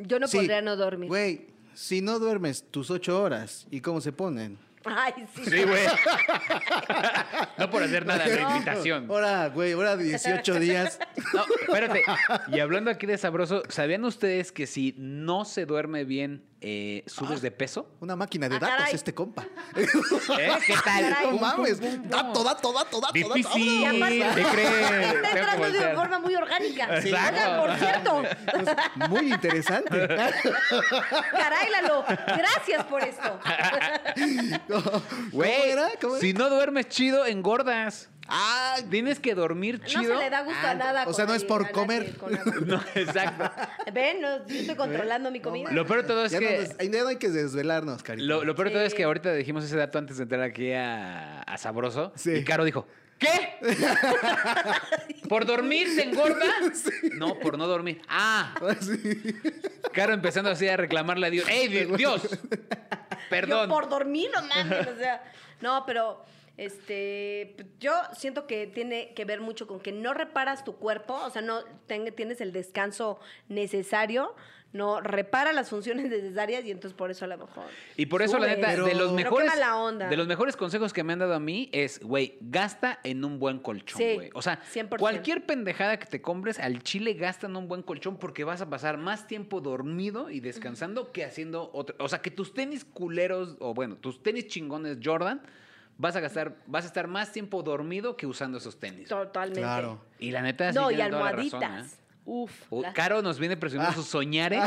Speaker 3: Yo no
Speaker 2: Sí.
Speaker 3: podría no dormir.
Speaker 2: Güey, si no duermes tus ocho horas, ¿y cómo se ponen?
Speaker 3: Ay, sí.
Speaker 1: Sí, güey. no por hacer nada, la invitación.
Speaker 2: Ahora, güey, ahora 18 días.
Speaker 1: No, espérate. Y hablando aquí de sabroso, ¿sabían ustedes que si no se duerme bien, eh, subes de peso?
Speaker 2: Una máquina de
Speaker 3: Ah,
Speaker 2: datos
Speaker 3: caray. Ah,
Speaker 2: este compa.
Speaker 1: ¿Eh? ¿Qué tal?
Speaker 3: Caray.
Speaker 2: No
Speaker 1: Pum, pum,
Speaker 2: mames.
Speaker 1: pum, pum.
Speaker 2: Dato, dato, dato, dato, dato.
Speaker 1: Difícil.
Speaker 3: Y aparte,
Speaker 1: ¿Te crees? Tengo
Speaker 3: Está
Speaker 1: que
Speaker 3: entrando de
Speaker 1: voltear.
Speaker 3: una forma muy orgánica.
Speaker 1: Exacto.
Speaker 3: Oigan, por cierto,
Speaker 2: Vámonos. Muy interesante.
Speaker 3: caray, Lalo, gracias por esto.
Speaker 2: ¿Cómo
Speaker 1: Güey,
Speaker 2: era? ¿Cómo era?
Speaker 1: si no duermes chido, engordas.
Speaker 2: Ah,
Speaker 1: Tienes que dormir chido.
Speaker 3: No se le da gusto
Speaker 2: Ah,
Speaker 3: a nada.
Speaker 2: o sea,
Speaker 3: con
Speaker 2: no es
Speaker 3: el-
Speaker 2: por
Speaker 3: a nadie,
Speaker 2: comer.
Speaker 3: con la-
Speaker 1: No, exacto.
Speaker 3: Ven, no, yo estoy controlando mi comida.
Speaker 1: Lo peor de todo es
Speaker 2: ya,
Speaker 1: que...
Speaker 2: no, nos- ya no hay que desvelarnos, carito.
Speaker 1: Lo, lo peor de todo es que
Speaker 3: Sí.
Speaker 1: ahorita dijimos ese dato antes de entrar aquí a, a Sabroso.
Speaker 2: Sí.
Speaker 1: Y Caro dijo, ¿qué? ¿Por dormir se engorda? No, por no dormir. Ah,
Speaker 2: Sí.
Speaker 1: Caro empezando así a reclamarle a Dios. ¡Ey, di- Dios! Perdón.
Speaker 3: Yo por dormir, no mames, o sea. No, pero este yo siento que tiene que ver mucho con que no reparas tu cuerpo, o sea, no ten- tienes el descanso necesario, no repara las funciones necesarias y entonces por eso a lo mejor.
Speaker 1: Y por eso, la
Speaker 3: Sube.
Speaker 1: neta, de
Speaker 2: Pero-
Speaker 1: los
Speaker 3: Pero qué
Speaker 1: mejores.
Speaker 3: mala onda.
Speaker 1: De los mejores consejos que me han dado a mí es, güey, gasta en un buen colchón,
Speaker 3: Sí,
Speaker 1: güey. o sea,
Speaker 3: 100%.
Speaker 1: cualquier pendejada que te compres, al chile gasta en un buen colchón porque vas a pasar más tiempo dormido y descansando que haciendo otra. O sea, que tus tenis culeros, o bueno, tus tenis chingones Jordan, vas a gastar, vas a estar más tiempo dormido que usando esos tenis.
Speaker 3: Totalmente.
Speaker 2: Claro.
Speaker 1: Y la neta, sí
Speaker 3: No, y
Speaker 1: tiene toda la razón,
Speaker 3: almohaditas.
Speaker 1: ¿eh?
Speaker 3: Uf.
Speaker 1: O-
Speaker 3: las-
Speaker 1: Caro nos viene
Speaker 3: Ah.
Speaker 1: presionando sus soñares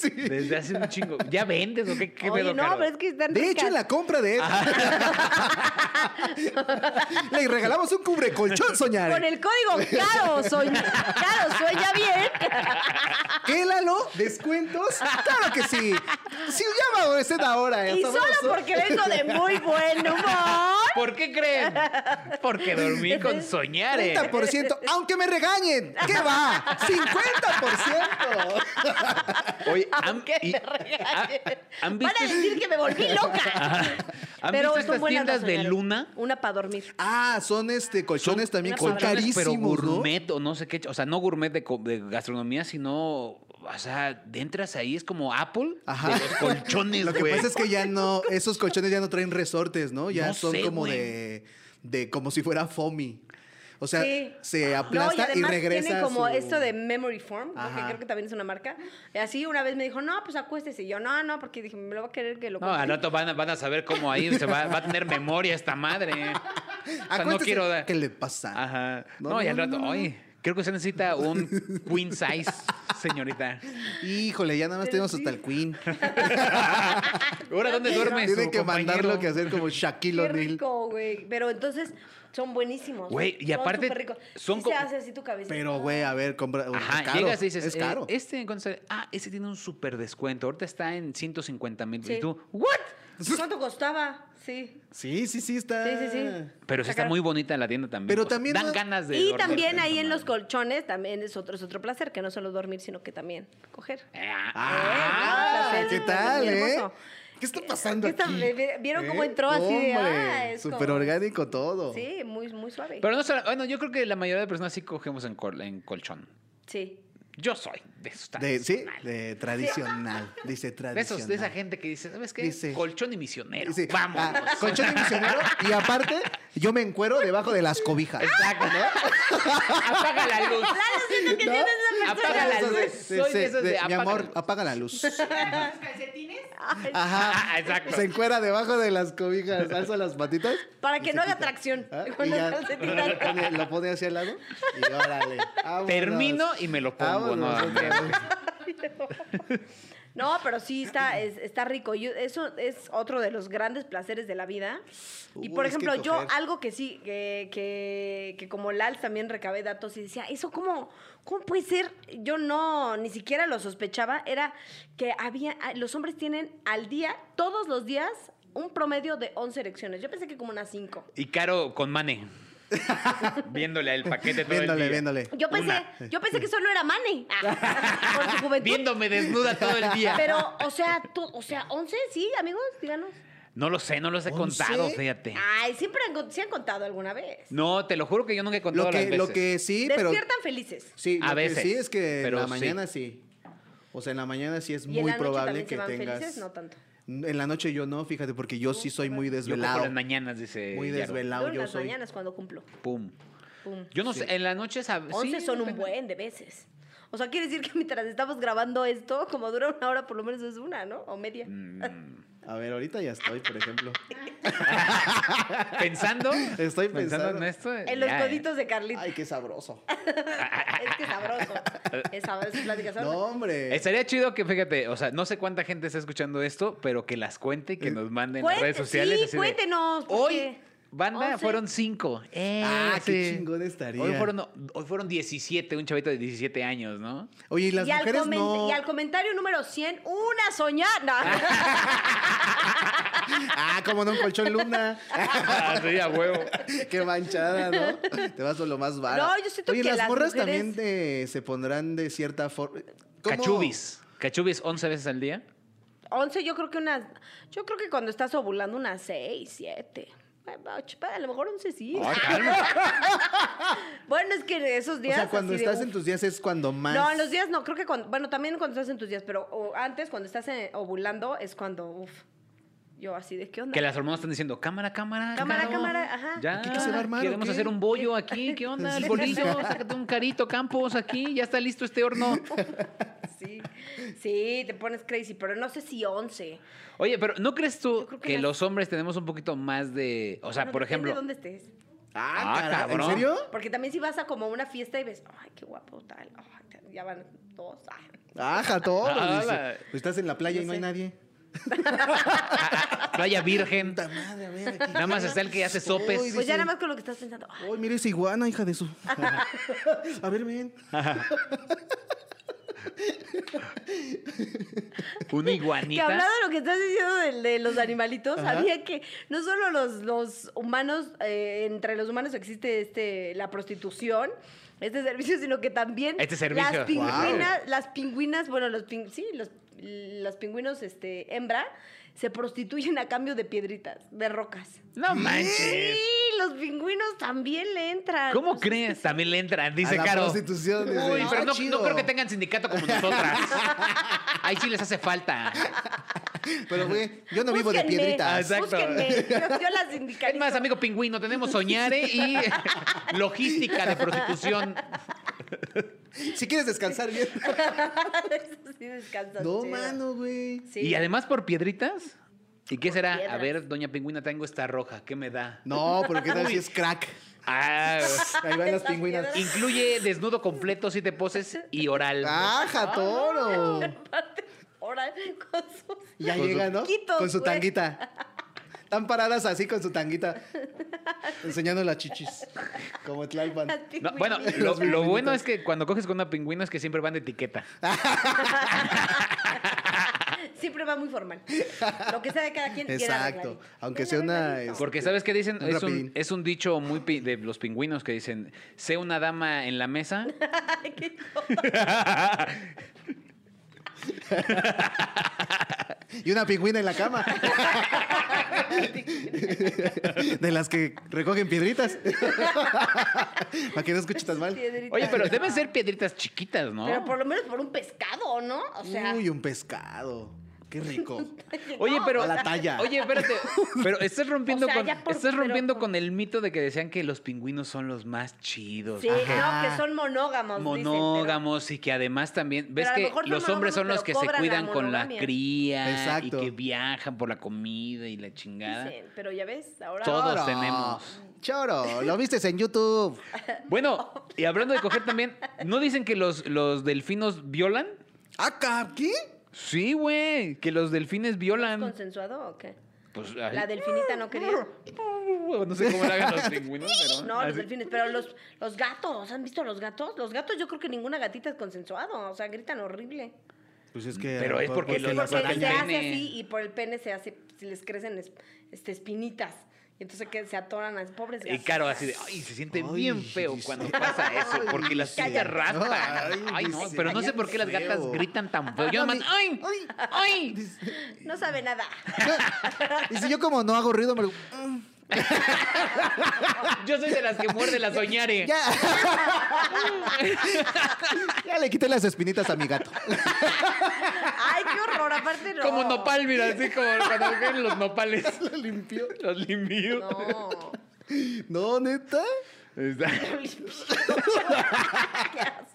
Speaker 2: Sí.
Speaker 1: desde hace un chingo. ¿Ya vendes o qué, qué
Speaker 3: Oye,
Speaker 1: pedo,
Speaker 3: no,
Speaker 1: Caro?
Speaker 3: pero es que están
Speaker 2: De hecho,
Speaker 3: ricas.
Speaker 2: en la compra de Le regalamos un cubrecolchón, soñar.
Speaker 3: Con el código caro, soña, caro, sueña bien.
Speaker 2: ¿Qué, Lalo? ¿Descuentos? ¡Claro que sí! Si llama a usted ahora.
Speaker 3: Y solo porque vengo de muy buen humor.
Speaker 1: ¿Por qué creen? Porque dormí con soñares.
Speaker 2: 30%, aunque me regañen. ¿Qué va? ¡50%!
Speaker 1: Oye, han,
Speaker 3: Aunque
Speaker 1: y-
Speaker 3: Ah, me
Speaker 1: ha-
Speaker 3: regañen.
Speaker 1: ¿han
Speaker 3: Van
Speaker 1: visto,
Speaker 3: a decir que me volví loca.
Speaker 1: ¿han visto
Speaker 3: Pero son
Speaker 1: estas
Speaker 3: buenas
Speaker 1: tiendas
Speaker 3: las
Speaker 1: de
Speaker 3: señales.
Speaker 1: luna?
Speaker 3: Una para dormir.
Speaker 2: Ah, son este colchones
Speaker 1: Son
Speaker 2: también
Speaker 3: una
Speaker 2: son
Speaker 3: palabra.
Speaker 1: colchones,
Speaker 2: carísimos,
Speaker 1: Pero
Speaker 2: ¿no?
Speaker 1: gourmet o no sé qué. O sea, no gourmet de, co- de gastronomía, sino... O sea, entras ahí, es como Apple
Speaker 2: Ajá.
Speaker 1: de los colchones,
Speaker 2: Lo que
Speaker 1: güey.
Speaker 2: pasa es que ya no, esos colchones ya no traen resortes, ¿no? Ya
Speaker 1: No
Speaker 2: son
Speaker 1: sé,
Speaker 2: como
Speaker 1: güey.
Speaker 2: de, de, como si fuera foamy. O sea,
Speaker 3: Sí.
Speaker 2: se
Speaker 3: No, y
Speaker 2: aplasta Ah, y,
Speaker 3: además
Speaker 2: regresa.
Speaker 3: tienen como
Speaker 2: su-
Speaker 3: esto de memory form, que
Speaker 2: Ajá.
Speaker 3: creo que también es una marca. Y así una vez me dijo, no, pues acuéstese. Y yo, no, no, porque dije, me lo va a querer que lo
Speaker 1: No, al
Speaker 3: corte".
Speaker 1: rato van, a- van a saber cómo ahí se va, va a tener memoria esta madre. O sea, no
Speaker 2: Acuérdese
Speaker 1: quiero dar. Ah.
Speaker 2: ¿Qué le pasa?
Speaker 1: Ajá. No,
Speaker 2: No,
Speaker 1: y
Speaker 2: no,
Speaker 1: al
Speaker 2: no,
Speaker 1: rato,
Speaker 2: no, no, no.
Speaker 1: "Ay, creo que se necesita un queen size, señorita.
Speaker 2: Híjole, ya nada más
Speaker 3: Pero
Speaker 2: tenemos hasta
Speaker 3: sí.
Speaker 2: el Queen.
Speaker 1: Ahora, ¿dónque ¿dónde duerme su
Speaker 2: Tienen que mandarlo
Speaker 1: compañero?
Speaker 2: que hacer como
Speaker 3: Qué
Speaker 2: Shaquille O'Neal.
Speaker 3: rico, güey. Pero entonces son buenísimos.
Speaker 1: Güey, y aparte,
Speaker 3: Son, superricos.
Speaker 1: son
Speaker 3: Sí
Speaker 1: co-
Speaker 3: se hace así tu cabeza.
Speaker 2: Pero, güey, a ver, compra.
Speaker 1: Ajá,
Speaker 2: es caro,
Speaker 1: llegas y dices,
Speaker 2: Es
Speaker 1: "Eh,
Speaker 2: caro.
Speaker 1: este, ¿en cuánto sale? Ah, ese tiene un súper descuento. Ahorita está en 150 mil.
Speaker 3: Sí.
Speaker 1: Y tú, ¿what?
Speaker 3: ¿Cuánto costaba? Sí.
Speaker 2: Sí, sí, sí, está.
Speaker 3: Sí, sí,
Speaker 2: Ah.
Speaker 3: sí.
Speaker 1: Pero sí está
Speaker 3: Sacaron-
Speaker 1: muy bonita la tienda también.
Speaker 2: Pero
Speaker 1: o sea,
Speaker 2: también
Speaker 1: Dan
Speaker 2: no-
Speaker 1: ganas de.
Speaker 3: Y
Speaker 1: dormir
Speaker 3: también
Speaker 1: esa
Speaker 3: ahí en
Speaker 1: madre.
Speaker 3: los colchones también es otro, es otro placer, que no solo dormir, sino que también coger. Eh,
Speaker 1: Ah,
Speaker 2: Ah,
Speaker 3: placer,
Speaker 2: ¿qué
Speaker 3: placer,
Speaker 2: tal,
Speaker 3: muy
Speaker 2: eh?
Speaker 3: hermoso.
Speaker 2: ¿Qué está pasando
Speaker 3: ¿Qué está-
Speaker 2: aquí?
Speaker 3: vi- vieron cómo entró así de, ah, es como-
Speaker 2: Súper orgánico todo.
Speaker 3: Sí, muy, muy suave.
Speaker 1: Pero no será- bueno, yo creo que la mayoría de personas sí cogemos en, col- en colchón.
Speaker 3: Sí.
Speaker 1: Yo soy de esos tan-
Speaker 2: De, sí, de tradicional. Dice tradicional.
Speaker 1: de, esos, de esa gente que dice, ¿sabes qué?
Speaker 2: Dice-
Speaker 1: colchón y misionero.
Speaker 2: Sí,
Speaker 1: Vamos.
Speaker 2: ah, colchón de misionero. Y aparte, yo me encuero debajo de las cobijas.
Speaker 1: Exacto, ¿no? Apaga la luz.
Speaker 3: siento que
Speaker 2: ¿No?
Speaker 3: tienes esa persona.
Speaker 1: Apaga la
Speaker 2: Esos de-
Speaker 1: luz. Soy de esos de
Speaker 2: Mi
Speaker 1: apaga la
Speaker 2: amor,
Speaker 1: luz.
Speaker 2: apaga la luz.
Speaker 5: Los calcetines.
Speaker 2: Ajá.
Speaker 1: Ah, exacto.
Speaker 2: Se encuera debajo de las cobijas, alza las patitas.
Speaker 3: Para
Speaker 2: y
Speaker 3: que
Speaker 2: se
Speaker 3: no haga
Speaker 2: quita.
Speaker 3: tracción.
Speaker 2: Ah,
Speaker 3: Con
Speaker 2: y
Speaker 3: los
Speaker 2: ya
Speaker 3: calcetines.
Speaker 2: lo pone, lo pone hacia el lado y órale. vámonos.
Speaker 1: Termino y me lo pongo Ah,
Speaker 2: Vámonos,
Speaker 1: nuevamente.
Speaker 2: otra vez.
Speaker 3: No, pero sí está, es- está rico. Yo- eso es otro de los grandes placeres de la vida. Y por
Speaker 2: Uy, es que
Speaker 3: ejemplo, yo
Speaker 2: coger.
Speaker 3: algo que sí, que, que, que como Lals también recabé datos y decía, ¿eso cómo, cómo puede ser? Yo no, ni siquiera lo sospechaba. Era que había, ah, los hombres tienen al día, todos los días, un promedio de 11 erecciones. Yo pensé que como unas 5.
Speaker 1: Y Caro con Mane. viéndole el paquete todo el
Speaker 2: Viéndole,
Speaker 1: día.
Speaker 2: viéndole.
Speaker 3: Yo pensé, yo pensé que solo era Mane. Ah, por su juventud.
Speaker 1: Viéndome desnuda todo el día.
Speaker 3: Pero, o sea, tú- o sea, 11, sí, amigos, díganos.
Speaker 1: No lo sé, no los he
Speaker 2: ¿Once?
Speaker 1: contado, fíjate.
Speaker 3: Ay, siempre han, con- se han contado alguna vez.
Speaker 1: No, te lo juro que yo nunca he contado
Speaker 2: Lo
Speaker 1: las
Speaker 2: que,
Speaker 1: veces.
Speaker 2: lo que sí, pero.
Speaker 3: Despiertan felices.
Speaker 2: Sí,
Speaker 1: A
Speaker 2: lo que
Speaker 1: veces,
Speaker 2: sí es que en
Speaker 1: pero
Speaker 2: la
Speaker 1: sí.
Speaker 2: mañana sí. O sea, en la mañana sí es
Speaker 3: Y en
Speaker 2: muy
Speaker 3: la noche
Speaker 2: probable
Speaker 3: también
Speaker 2: que
Speaker 3: se van
Speaker 2: tengas.
Speaker 3: felices, no tanto.
Speaker 2: En la noche yo no, fíjate, porque yo sí soy muy
Speaker 1: Yo cojo
Speaker 2: desvelado.
Speaker 1: las mañanas, dice.
Speaker 2: Muy
Speaker 1: Yaro.
Speaker 2: desvelado
Speaker 3: Yo en
Speaker 2: yo
Speaker 3: las
Speaker 2: soy.
Speaker 3: mañanas cuando cumplo.
Speaker 1: Pum.
Speaker 3: Pum.
Speaker 1: Yo no sé, en la noche
Speaker 2: Pues
Speaker 1: sabes.
Speaker 3: 11 son un buen de veces. O sea, quiere decir que mientras estamos grabando esto, como dura una hora, por lo menos es una, ¿no? O media.
Speaker 2: Mm. A ver, ahorita ya estoy, por ejemplo.
Speaker 1: Pensando.
Speaker 2: Estoy pensando.
Speaker 1: en esto.
Speaker 3: en los
Speaker 1: ya, eh.
Speaker 3: coditos de Carlitos.
Speaker 2: Ay, qué sabroso.
Speaker 3: Es que es sabroso. es sabroso, es plática sabrosa.
Speaker 2: No, hombre.
Speaker 1: Estaría chido que, fíjate, o sea, no sé cuánta gente está escuchando esto, pero que las cuente y que nos manden en las
Speaker 3: Cuente-
Speaker 1: redes sociales.
Speaker 3: sí,
Speaker 1: así de,
Speaker 3: cuéntenos, porque
Speaker 1: Hoy, banda,
Speaker 3: once".
Speaker 1: fueron cinco. Eh,
Speaker 2: Ah, qué
Speaker 1: sí.
Speaker 2: chingón estaría.
Speaker 1: Hoy fueron, hoy fueron 17, un chavito de 17 años, ¿no?
Speaker 2: Oye, y las
Speaker 3: y, al
Speaker 2: mujeres
Speaker 3: comen-
Speaker 2: no.
Speaker 3: y al comentario número 100, una soñada.
Speaker 2: Ah, como no, un colchón luna.
Speaker 1: Ah, sí, a huevo.
Speaker 2: qué manchada, ¿no? Te vas por lo más barato.
Speaker 3: No, yo siento
Speaker 2: Oye,
Speaker 3: que
Speaker 2: las,
Speaker 3: las
Speaker 2: morras
Speaker 3: mujeres-
Speaker 2: también te- se pondrán de cierta forma. ¿Cómo?
Speaker 1: Cachubis. Cachubis 11 veces al día.
Speaker 3: 11, yo creo que unas. Yo creo que cuando estás ovulando unas 6, 7. A lo mejor 11 sí.
Speaker 1: Ay, calma.
Speaker 3: Bueno, es que esos
Speaker 2: O
Speaker 3: días.
Speaker 2: sea, cuando
Speaker 3: así de,
Speaker 2: estás
Speaker 3: uf.
Speaker 2: en tus días es cuando más.
Speaker 3: No, en los días no, creo que cuando. Bueno, también cuando estás en tus días, pero o antes, cuando estás en- ovulando, es cuando. Uf. Yo así de qué onda.
Speaker 1: Que las hormonas están diciendo, cámara, cámara.
Speaker 3: Cámara,
Speaker 1: Caro,
Speaker 3: cámara, ajá.
Speaker 1: Ya,
Speaker 2: ¿Aquí qué se va a armar o
Speaker 1: queremos
Speaker 2: qué?
Speaker 1: hacer un bollo aquí. ¿Qué onda? El
Speaker 2: Sí.
Speaker 1: bolillo. Sácate un carito, Campos, aquí. Ya está listo este horno.
Speaker 3: Sí. Sí, te pones crazy, pero no sé si 11.
Speaker 1: Oye, pero ¿no crees tú
Speaker 3: Yo creo
Speaker 1: que,
Speaker 3: que las-
Speaker 1: los hombres tenemos un poquito más de... O sea,
Speaker 3: Bueno,
Speaker 1: por ejemplo...
Speaker 3: depende de dónde estés.
Speaker 2: Ah,
Speaker 1: Ah,
Speaker 2: cara,
Speaker 1: cabrón.
Speaker 2: ¿En serio?
Speaker 3: Porque también si vas a como una fiesta y ves, ay, qué guapo tal, ay, ya van dos. ah". ay.
Speaker 2: Ajá, todo.
Speaker 1: Ah,
Speaker 2: dice.
Speaker 1: la-
Speaker 2: Pues Estás en la playa
Speaker 3: Yo
Speaker 2: y no hay
Speaker 3: sé.
Speaker 2: nadie.
Speaker 1: Playa virgen.
Speaker 2: Puta madre, a ver, aquí.
Speaker 1: Nada más está el que hace sopes.
Speaker 2: Uy,
Speaker 3: Pues
Speaker 2: dice-
Speaker 3: ya nada más con lo que estás pensando, ay,
Speaker 2: Uy, mira esa iguana, hija de su. a ver, ven.
Speaker 1: Una
Speaker 3: Que
Speaker 1: iguanita.
Speaker 3: hablando de lo que estás diciendo del- de, los animalitos, sabía que no solo los, los humanos, eh, entre los humanos existe este la prostitución, este servicio, sino que también
Speaker 1: Este servicio.
Speaker 3: las
Speaker 1: Wow.
Speaker 3: pingüinas, las pingüinas, bueno, los pin- sí, los, los pingüinos este, hembra se prostituyen a cambio de piedritas, de rocas.
Speaker 1: No manches.
Speaker 3: Sí, los pingüinos también le entran. este,
Speaker 1: ¿Cómo
Speaker 3: No sé
Speaker 1: crees? También le entran,
Speaker 2: A
Speaker 1: dice
Speaker 2: la
Speaker 1: Caro.
Speaker 2: prostitución, dice.
Speaker 1: Uy, pero
Speaker 2: Ah,
Speaker 1: no, no
Speaker 2: chido.
Speaker 1: creo que tengan sindicato como nosotras. Ahí sí les hace falta.
Speaker 2: Pero, güey, yo no vivo de
Speaker 3: Búsquenme,
Speaker 2: piedritas.
Speaker 1: Ah, exacto.
Speaker 3: Búsquenme. Yo, yo las
Speaker 1: Es
Speaker 3: sindicalizo.
Speaker 1: más, amigo pingüino, tenemos soñare y logística de prostitución.
Speaker 2: Si quieres descansar bien.
Speaker 3: Sí descansas
Speaker 2: No,
Speaker 3: chido.
Speaker 2: mano, güey.
Speaker 3: Sí.
Speaker 1: Y además por piedritas. ¿Y qué será? A
Speaker 3: piedras.
Speaker 1: ver, doña pingüina, tengo esta roja, ¿qué me da?
Speaker 2: No, pero qué tal si es crack.
Speaker 1: Ah,
Speaker 2: Ahí van las
Speaker 3: Las
Speaker 2: pingüinas.
Speaker 3: piedras.
Speaker 1: incluye desnudo completo, siete poses y oral. Ah.
Speaker 2: ¡Aja, toro!
Speaker 3: Ahora con sus...
Speaker 2: Y ya
Speaker 1: Con su-
Speaker 2: llega, ¿no?
Speaker 3: Quitos,
Speaker 2: con su
Speaker 3: güey.
Speaker 2: tanguita. Están paradas así con su tanguita. Enseñando las chichis. Como Tlalpan.
Speaker 1: No, bueno, lo,
Speaker 2: Las
Speaker 1: lo bueno
Speaker 2: pingüinitas.
Speaker 1: es que cuando coges con una pingüina es que siempre van de etiqueta.
Speaker 2: Ah,
Speaker 3: Siempre va muy formal. Lo que sea de cada quien. queda
Speaker 2: Exacto.
Speaker 3: arregladito.
Speaker 2: Aunque
Speaker 3: Queda
Speaker 2: sea una,
Speaker 3: arregladito.
Speaker 2: este,
Speaker 1: Porque ¿sabes qué dicen?
Speaker 2: Un
Speaker 1: Es un,
Speaker 2: rapidín.
Speaker 1: es un dicho muy pi- de los pingüinos que dicen, sé una dama en la mesa.
Speaker 3: Ay, qué cosa.
Speaker 2: Y una pingüina en la cama. De las que recogen piedritas. Para que no escuches tan mal.
Speaker 3: Piedrita.
Speaker 1: Oye, pero deben ser piedritas chiquitas, ¿no?
Speaker 3: Pero por lo menos por un pescado, ¿no? O sea,
Speaker 2: Uy, un pescado. Qué rico.
Speaker 1: Oye, pero.
Speaker 2: A la talla.
Speaker 1: Oye, espérate. Pero estás rompiendo,
Speaker 3: O sea,
Speaker 1: con,
Speaker 3: ya por-
Speaker 1: estás
Speaker 3: pero
Speaker 1: rompiendo
Speaker 3: por-
Speaker 1: con el mito de que decían que los pingüinos son los más chidos.
Speaker 3: sí,
Speaker 1: que
Speaker 3: no, que son monógamos. dicen, pero-
Speaker 1: Monógamos y que además también. ¿Ves
Speaker 3: a lo
Speaker 1: que
Speaker 3: mejor son
Speaker 1: los hombres son
Speaker 3: monógamos,
Speaker 1: los que
Speaker 3: pero
Speaker 1: se
Speaker 3: cobran la
Speaker 1: cuidan con la
Speaker 3: monogamia.
Speaker 1: cría
Speaker 2: Exacto.
Speaker 1: y que viajan por la comida y la chingada?
Speaker 3: dicen, pero ya ves, ahora.
Speaker 1: Todo. Todos
Speaker 2: Choro.
Speaker 1: tenemos.
Speaker 2: Choro, lo viste en YouTube.
Speaker 1: Bueno, y hablando de coger también, ¿no dicen que los, los delfinos violan?
Speaker 2: ¿Acá? ¿Qué?
Speaker 1: Sí, güey, que los delfines
Speaker 3: ¿Es
Speaker 1: violan.
Speaker 3: consensuado o qué?
Speaker 1: Pues,
Speaker 3: La
Speaker 1: ay,
Speaker 3: delfinita no quería.
Speaker 1: No sé cómo le hagan los pingüinos, pero.
Speaker 3: No, los
Speaker 1: así.
Speaker 3: delfines, pero los, los gatos, ¿han visto a los gatos? Los gatos yo creo que ninguna gatita es consensuado, o sea, gritan horrible.
Speaker 2: Pues es que. a
Speaker 1: Pero
Speaker 2: lo
Speaker 1: es
Speaker 2: mejor
Speaker 1: porque los-
Speaker 2: las
Speaker 3: Porque
Speaker 1: arañas.
Speaker 3: se hace
Speaker 1: Pene.
Speaker 3: así y por el pene se hace, se les crecen es- este, espinitas. Y entonces que se atoran a pobres
Speaker 1: Y
Speaker 3: gatos.
Speaker 1: claro, así de, ay, se siente
Speaker 2: Ay,
Speaker 1: bien feo
Speaker 2: sí.
Speaker 1: cuando pasa eso, porque las
Speaker 2: Cállate.
Speaker 1: chicas raspan.
Speaker 2: Ay,
Speaker 1: Ay, no,
Speaker 2: sí.
Speaker 1: pero no sé por qué las
Speaker 2: Cállate,
Speaker 1: gatas
Speaker 2: feo. Ah,
Speaker 1: gritan tan feo. Yo
Speaker 2: No,
Speaker 1: nomás,
Speaker 2: mi-
Speaker 1: ay, ay.
Speaker 3: No sabe nada.
Speaker 2: Y si yo, como no hago ruido, me lo-
Speaker 1: Yo soy de las que muerde las soñare.
Speaker 2: Ya. ya le quité las espinitas a mi gato.
Speaker 3: Ay, qué horror, aparte no.
Speaker 1: Como nopal, mira, así como cuando ven los nopales. Los limpió. Los limpió.
Speaker 3: No.
Speaker 2: No, neta.
Speaker 1: Está-
Speaker 3: Qué asco.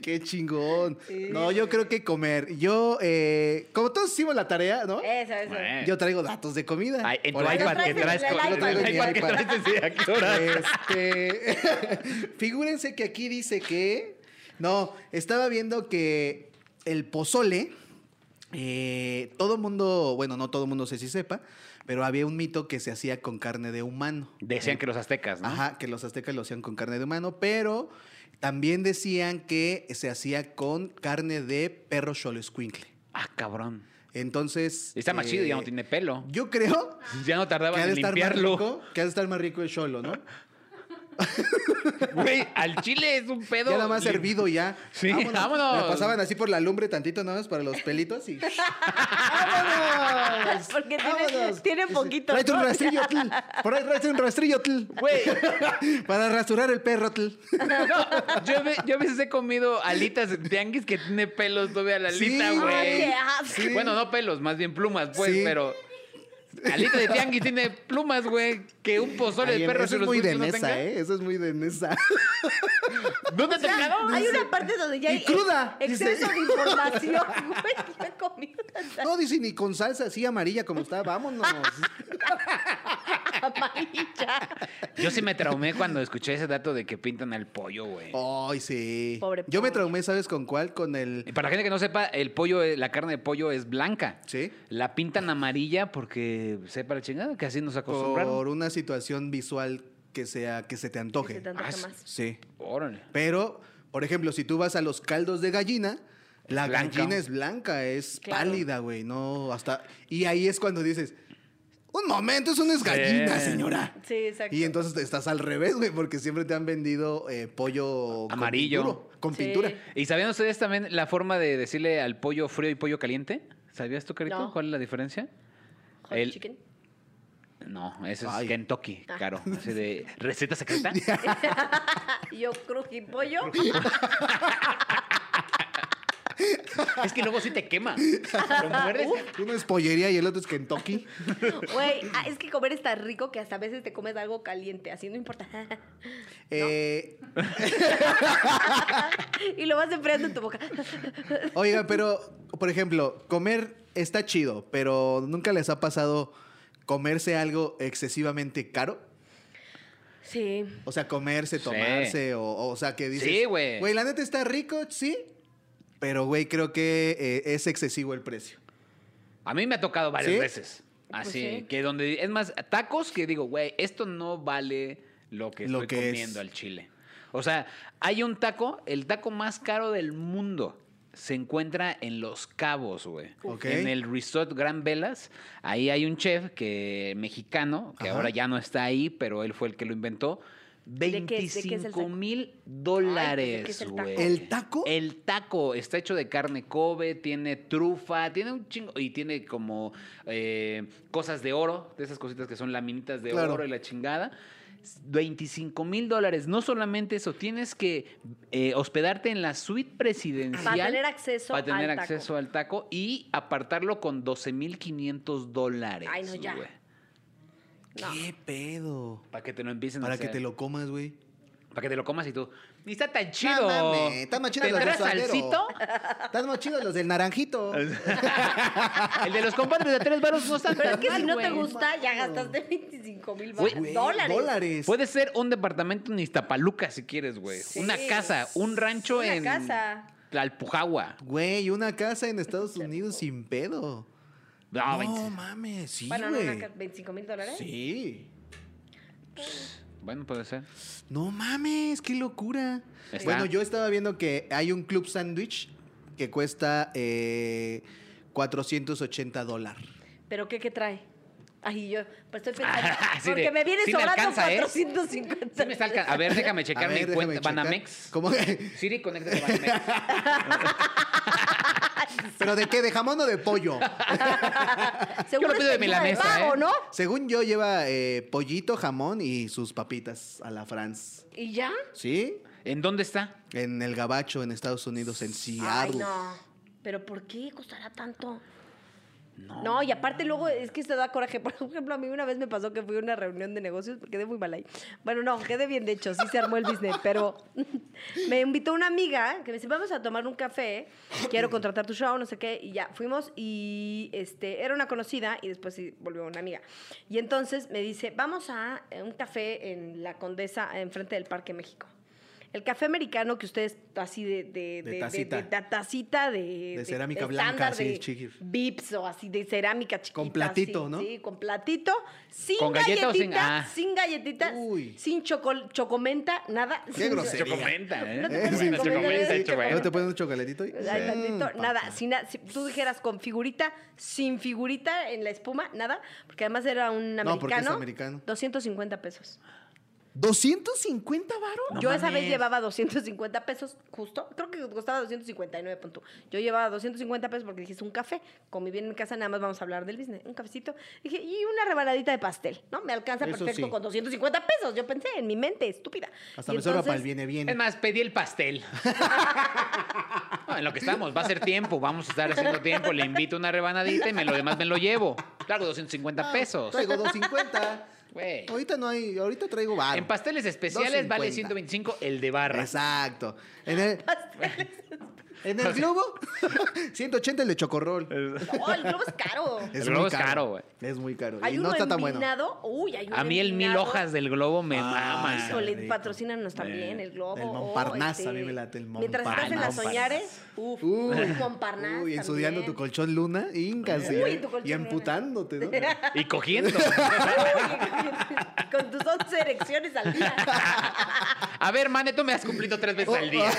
Speaker 2: Qué chingón. No, yo creo que comer. Yo, eh, como todos hicimos la tarea, ¿no?
Speaker 3: Eso, eso.
Speaker 1: Bueno.
Speaker 2: Yo traigo datos de comida.
Speaker 1: Ay, en tu
Speaker 2: Por ahí-
Speaker 1: iPad que
Speaker 3: Lo traes
Speaker 1: traes
Speaker 3: en
Speaker 1: con-
Speaker 3: el
Speaker 2: iPad. Eh,
Speaker 1: en el iPad que
Speaker 2: Traigo
Speaker 1: traes
Speaker 2: mi
Speaker 1: desde a qué hora.
Speaker 2: Este, figúrense que aquí dice que. No, estaba viendo que el pozole. eh, todo mundo, bueno, no todo mundo sé si sepa, pero había un mito que se hacía con carne de humano.
Speaker 1: Decían que los aztecas, ¿no?
Speaker 2: eh, Ajá, que los aztecas lo hacían con carne de humano, pero también decían que se hacía con carne de perro xoloescuincle.
Speaker 1: Ah, cabrón.
Speaker 2: Entonces.
Speaker 1: Está más chido,
Speaker 2: eh,
Speaker 1: ya no tiene pelo.
Speaker 2: Yo creo
Speaker 1: Ya no
Speaker 2: que
Speaker 1: tardaban
Speaker 2: ha de
Speaker 1: en
Speaker 2: estar más
Speaker 1: limpiarlo.
Speaker 2: rico, que ha de estar más rico el xolo, ¿no?
Speaker 1: Güey, al chile es un pedo.
Speaker 2: Ya nada más
Speaker 1: lim-
Speaker 2: hervido ya.
Speaker 1: Sí, vámonos.
Speaker 2: La pasaban así por la lumbre tantito nada más para los pelitos y. ¡Vámonos!
Speaker 3: Porque tiene-
Speaker 2: ¡Vámonos!
Speaker 3: tiene
Speaker 2: Dice,
Speaker 3: poquito,
Speaker 2: Tráete un
Speaker 3: ¿no?
Speaker 2: rastrillo, tl. Por ahí tráete un rastrillo, tl.
Speaker 1: Güey,
Speaker 2: Para rasurar el perro, tl.
Speaker 1: no, yo, ve- yo a veces he comido alitas de tianguis que tiene pelos todavía la
Speaker 2: Sí.
Speaker 1: alita,
Speaker 2: Ay,
Speaker 1: güey.
Speaker 3: qué asco.
Speaker 2: Sí.
Speaker 1: Bueno, no pelos, más bien plumas, pues,
Speaker 2: Sí.
Speaker 1: pero. Alita de tianguis tiene plumas, güey. Que un pozole
Speaker 2: Ay,
Speaker 1: de perro
Speaker 2: eso
Speaker 1: se
Speaker 2: es
Speaker 1: los
Speaker 2: muy de
Speaker 1: no
Speaker 2: mesa,
Speaker 1: tenga.
Speaker 2: ¿eh? Eso es muy de mesa.
Speaker 1: ¿No te ha tocado?
Speaker 3: Hay una parte donde ya
Speaker 2: Y
Speaker 3: hay
Speaker 2: cruda,
Speaker 3: ex- exceso
Speaker 2: dice.
Speaker 3: de información, güey. Yo he comido tanta
Speaker 2: No, dice ni con salsa así amarilla como está. Vámonos.
Speaker 3: amarilla.
Speaker 1: Yo sí me traumé cuando escuché ese dato de que pintan al pollo, güey.
Speaker 2: Ay, sí.
Speaker 3: Pobre
Speaker 2: Yo me
Speaker 3: pollo.
Speaker 2: traumé, ¿sabes con cuál? Con
Speaker 1: Y
Speaker 2: el.
Speaker 1: Para la gente que no sepa, el pollo, eh, la carne de pollo es blanca.
Speaker 2: Sí.
Speaker 1: La pintan amarilla porque sepa la chingada, que así nos acostumbraron.
Speaker 2: Por una situación visual que sea, que se te antoje.
Speaker 3: Se te antoja
Speaker 1: Ah, sí.
Speaker 3: más.
Speaker 2: Sí.
Speaker 1: Órale.
Speaker 2: Pero, por ejemplo, si tú vas a los caldos de gallina, la
Speaker 1: Blanca.
Speaker 2: gallina es blanca, es
Speaker 3: Claro.
Speaker 2: pálida, güey. No, hasta. Y ahí es cuando dices. Un momento, eso no es gallina,
Speaker 1: Sí.
Speaker 2: señora.
Speaker 3: Sí, exacto.
Speaker 2: Y entonces te estás al revés, güey, porque siempre te han vendido eh, pollo con
Speaker 1: Amarillo.
Speaker 2: pintura- Con
Speaker 3: Sí.
Speaker 2: pintura.
Speaker 1: ¿Y sabían ustedes también la forma de decirle al pollo frío y pollo caliente? ¿Sabías tú, Carito,
Speaker 3: No.
Speaker 1: cuál es la diferencia?
Speaker 3: Hot
Speaker 1: el-
Speaker 3: chicken.
Speaker 1: No, ese es
Speaker 2: Ay.
Speaker 1: Kentucky,
Speaker 3: Ah.
Speaker 1: caro. Así de receta secreta.
Speaker 3: Y Yo cruji pollo.
Speaker 1: Es que luego sí te quema. Lo muerdes.
Speaker 2: Uno es pollería y el otro es Kentucky.
Speaker 3: Güey, ah, es que comer está rico que hasta a veces te comes algo caliente, así no importa.
Speaker 2: Eh,
Speaker 3: y lo vas enfriando en tu boca.
Speaker 2: Oiga, pero, por ejemplo, comer está chido, pero ¿nunca les ha pasado comerse algo excesivamente caro?
Speaker 3: Sí.
Speaker 2: O sea, comerse,
Speaker 1: Sí.
Speaker 2: tomarse, o, o sea, que dices...
Speaker 1: Sí, güey.
Speaker 2: Güey, la neta está rico, sí, pero, güey, creo que eh, es excesivo el precio.
Speaker 1: A mí me ha tocado varias
Speaker 2: ¿Sí?
Speaker 1: veces. Así
Speaker 3: Pues sí.
Speaker 1: que donde es más tacos que digo, güey, esto no vale lo que
Speaker 2: Lo
Speaker 1: estoy
Speaker 2: que es.
Speaker 1: comiendo al chile. O sea, hay un taco, el taco más caro del mundo. Se encuentra en Los Cabos, güey.
Speaker 2: Ok.
Speaker 1: En el Resort Gran Velas. Ahí hay un chef que mexicano, que
Speaker 2: Ajá.
Speaker 1: ahora ya no está ahí, pero él fue el que lo inventó.
Speaker 3: qué es- de qué es el
Speaker 1: 25
Speaker 3: taco?
Speaker 1: mil
Speaker 3: Ay, pues,
Speaker 1: dólares,
Speaker 3: ¿de qué es el
Speaker 1: güey.
Speaker 3: taco?
Speaker 2: ¿El taco?
Speaker 1: El taco está hecho de carne Kobe, tiene trufa, tiene un chingo. Y tiene como eh, cosas de oro, de esas cositas que son laminitas de
Speaker 2: Claro.
Speaker 1: oro y la chingada. 25 mil dólares. No solamente eso, tienes que eh, hospedarte en la suite presidencial.
Speaker 3: Para tener acceso
Speaker 1: para tener
Speaker 3: al taco.
Speaker 1: acceso al taco y apartarlo con 12 mil 500 dólares.
Speaker 3: Ay, no, ya. No.
Speaker 2: ¿Qué pedo?
Speaker 1: Para que te lo empiecen a
Speaker 2: Para que
Speaker 1: hacer.
Speaker 2: te lo comas, güey.
Speaker 1: Para que te lo comas y tú. Ni está tan chido.
Speaker 2: mames, está más chido lo de
Speaker 1: ¿Tendrá
Speaker 2: suadero.
Speaker 1: salsito?
Speaker 2: Están más chidos los del naranjito.
Speaker 1: El de los compadres de tres varos no está
Speaker 3: Pero es
Speaker 1: tan
Speaker 3: que
Speaker 1: mal,
Speaker 3: si no
Speaker 1: güey.
Speaker 3: te gusta, ya gastaste 25 mil
Speaker 1: Güey,
Speaker 2: Güey,
Speaker 3: dólares.
Speaker 2: Dólares.
Speaker 1: Puede ser un departamento en Iztapaluca si quieres, güey.
Speaker 3: Sí.
Speaker 1: Una casa, un rancho
Speaker 3: Una
Speaker 1: en
Speaker 3: casa.
Speaker 1: Tlalpujahua.
Speaker 2: Güey, una casa en Estados Unidos sin pedo.
Speaker 1: No,
Speaker 2: No,
Speaker 1: 20.
Speaker 2: mames, sí,
Speaker 3: Bueno, no,
Speaker 2: güey.
Speaker 3: una ca- 25 mil dólares.
Speaker 2: Sí.
Speaker 1: Bueno, puede ser.
Speaker 2: No mames, qué locura.
Speaker 1: Está.
Speaker 2: Bueno, yo estaba viendo que hay un club sándwich que cuesta eh, 480 dólares.
Speaker 3: ¿Pero qué, qué trae? Ay, yo, pues estoy pensando.
Speaker 1: Así de,
Speaker 3: porque me viene
Speaker 1: Ah, sí me
Speaker 3: sobrando
Speaker 1: alcanza, ¿eh?
Speaker 3: 450.
Speaker 1: Sí me está alca- A ver, déjame checar
Speaker 2: A ver,
Speaker 1: mi
Speaker 2: déjame
Speaker 1: cuenta.
Speaker 2: checar.
Speaker 1: Banamex.
Speaker 2: ¿Cómo?
Speaker 1: Siri, conéctate a Banamex.
Speaker 2: ¿Pero de qué? ¿De jamón o de pollo?
Speaker 3: Seguro
Speaker 1: Yo lo pido
Speaker 3: es
Speaker 1: de
Speaker 3: ayuda
Speaker 1: milanesa,
Speaker 3: pago,
Speaker 1: ¿eh?
Speaker 3: ¿no?
Speaker 2: Según yo, lleva eh, pollito, jamón y sus papitas a la France.
Speaker 3: ¿Y ya?
Speaker 2: ¿Sí?
Speaker 1: ¿En dónde está?
Speaker 2: En el Gabacho, en Estados Unidos, en Seattle.
Speaker 3: Ay, no. ¿Pero por qué costará tanto?
Speaker 1: No.
Speaker 3: No, y aparte luego es que esto da coraje. Por ejemplo, a mí una vez me pasó que fui a una reunión de negocios, quedé muy mal ahí. Bueno, no, quedé bien de hecho, sí se armó el business, pero me invitó una amiga que me dice, vamos a tomar un café, quiero contratar tu show, no sé qué, y ya fuimos y este, era una conocida y después sí volvió una amiga. Y entonces me dice, vamos a eh, un café en la Condesa, enfrente del Parque México. El café americano que ustedes así de, de,
Speaker 2: De
Speaker 3: de- de-
Speaker 2: tacita.
Speaker 3: de- de tacita de, de-
Speaker 2: cerámica blanca,
Speaker 3: estándar
Speaker 2: así,
Speaker 3: de
Speaker 2: chiquis.
Speaker 3: Vips o así de cerámica chiquita.
Speaker 2: Con platito,
Speaker 3: así,
Speaker 2: ¿no?
Speaker 3: Sí, con platito. Sin
Speaker 1: ¿Con galleta
Speaker 3: galletita,
Speaker 1: o sin-
Speaker 3: sin,
Speaker 1: ah.
Speaker 3: galletitas,
Speaker 2: Uy.
Speaker 3: sin chocol- chocomenta, nada. sin-
Speaker 2: grosero.
Speaker 1: Chocomenta, ¿eh?
Speaker 3: No te
Speaker 2: Eh,
Speaker 3: pones
Speaker 2: sí,
Speaker 3: a comer,
Speaker 2: chocomenta,
Speaker 3: sí,
Speaker 1: hecho, güey.
Speaker 2: ¿No te pones un chocolatito? Mm,
Speaker 3: Ay, tantito, nada, sin na- si tú dijeras con figurita, sin figurita en la espuma, nada, porque además era un americano.
Speaker 2: No, porque es americano.
Speaker 3: 250 pesos.
Speaker 2: ¿250 varos?
Speaker 1: No
Speaker 3: yo esa vez
Speaker 1: mames.
Speaker 3: llevaba 250 pesos, justo. Creo que costaba 259, punto. Yo llevaba 250 pesos porque dije, es un café. Comí bien en mi casa, nada más vamos a hablar del business. Un cafecito. Dije, y una rebanadita de pastel, ¿no? Me alcanza
Speaker 2: Eso
Speaker 3: perfecto
Speaker 2: sí.
Speaker 3: con 250 pesos. Yo pensé, en mi mente, estúpida.
Speaker 2: Hasta
Speaker 3: Y
Speaker 2: me sobra
Speaker 3: entonces-
Speaker 2: para el viene
Speaker 1: Es
Speaker 2: bien.
Speaker 1: más, pedí el pastel. No, en lo que estamos, va a ser tiempo, vamos a estar haciendo tiempo, le invito una rebanadita y me lo demás me lo llevo. Claro, 250 pesos.
Speaker 2: Traigo 250.
Speaker 1: Güey.
Speaker 2: Ahorita no hay, ahorita traigo varo.
Speaker 1: En pasteles especiales vale
Speaker 2: 250.
Speaker 1: 125 el de barra.
Speaker 2: Exacto. En el, en el globo, 180 el de chocorrol.
Speaker 3: No, el globo es caro.
Speaker 1: El globo es caro, güey.
Speaker 2: Es muy caro.
Speaker 3: Hay
Speaker 2: y
Speaker 3: uno
Speaker 2: no está tan bueno.
Speaker 3: envinado. Uy, hay uno
Speaker 1: A mí el mil
Speaker 3: envinado.
Speaker 1: hojas del globo me
Speaker 2: Ah,
Speaker 1: mama.
Speaker 2: eso.
Speaker 1: cabrón.
Speaker 3: Híjole,
Speaker 2: rico.
Speaker 3: patrocínanos también, el globo.
Speaker 2: El
Speaker 3: o
Speaker 2: Montparnasse, a mí me late el
Speaker 3: Mientras estás en las
Speaker 1: Montparnasse.
Speaker 3: soñares, uff,
Speaker 2: Uy,
Speaker 3: un Montparnasse.
Speaker 2: uy, ensuciando tu
Speaker 3: también.
Speaker 2: colchón luna, incas.
Speaker 3: Uy,
Speaker 2: ¿eh?
Speaker 3: tu colchón
Speaker 2: y
Speaker 3: luna.
Speaker 2: emputándote, ¿no?
Speaker 1: Y cogiendo.
Speaker 3: Uy, Con tus 11 erecciones al día.
Speaker 1: A ver, mane, tú me has cumplido tres
Speaker 2: Oh,
Speaker 1: veces al día.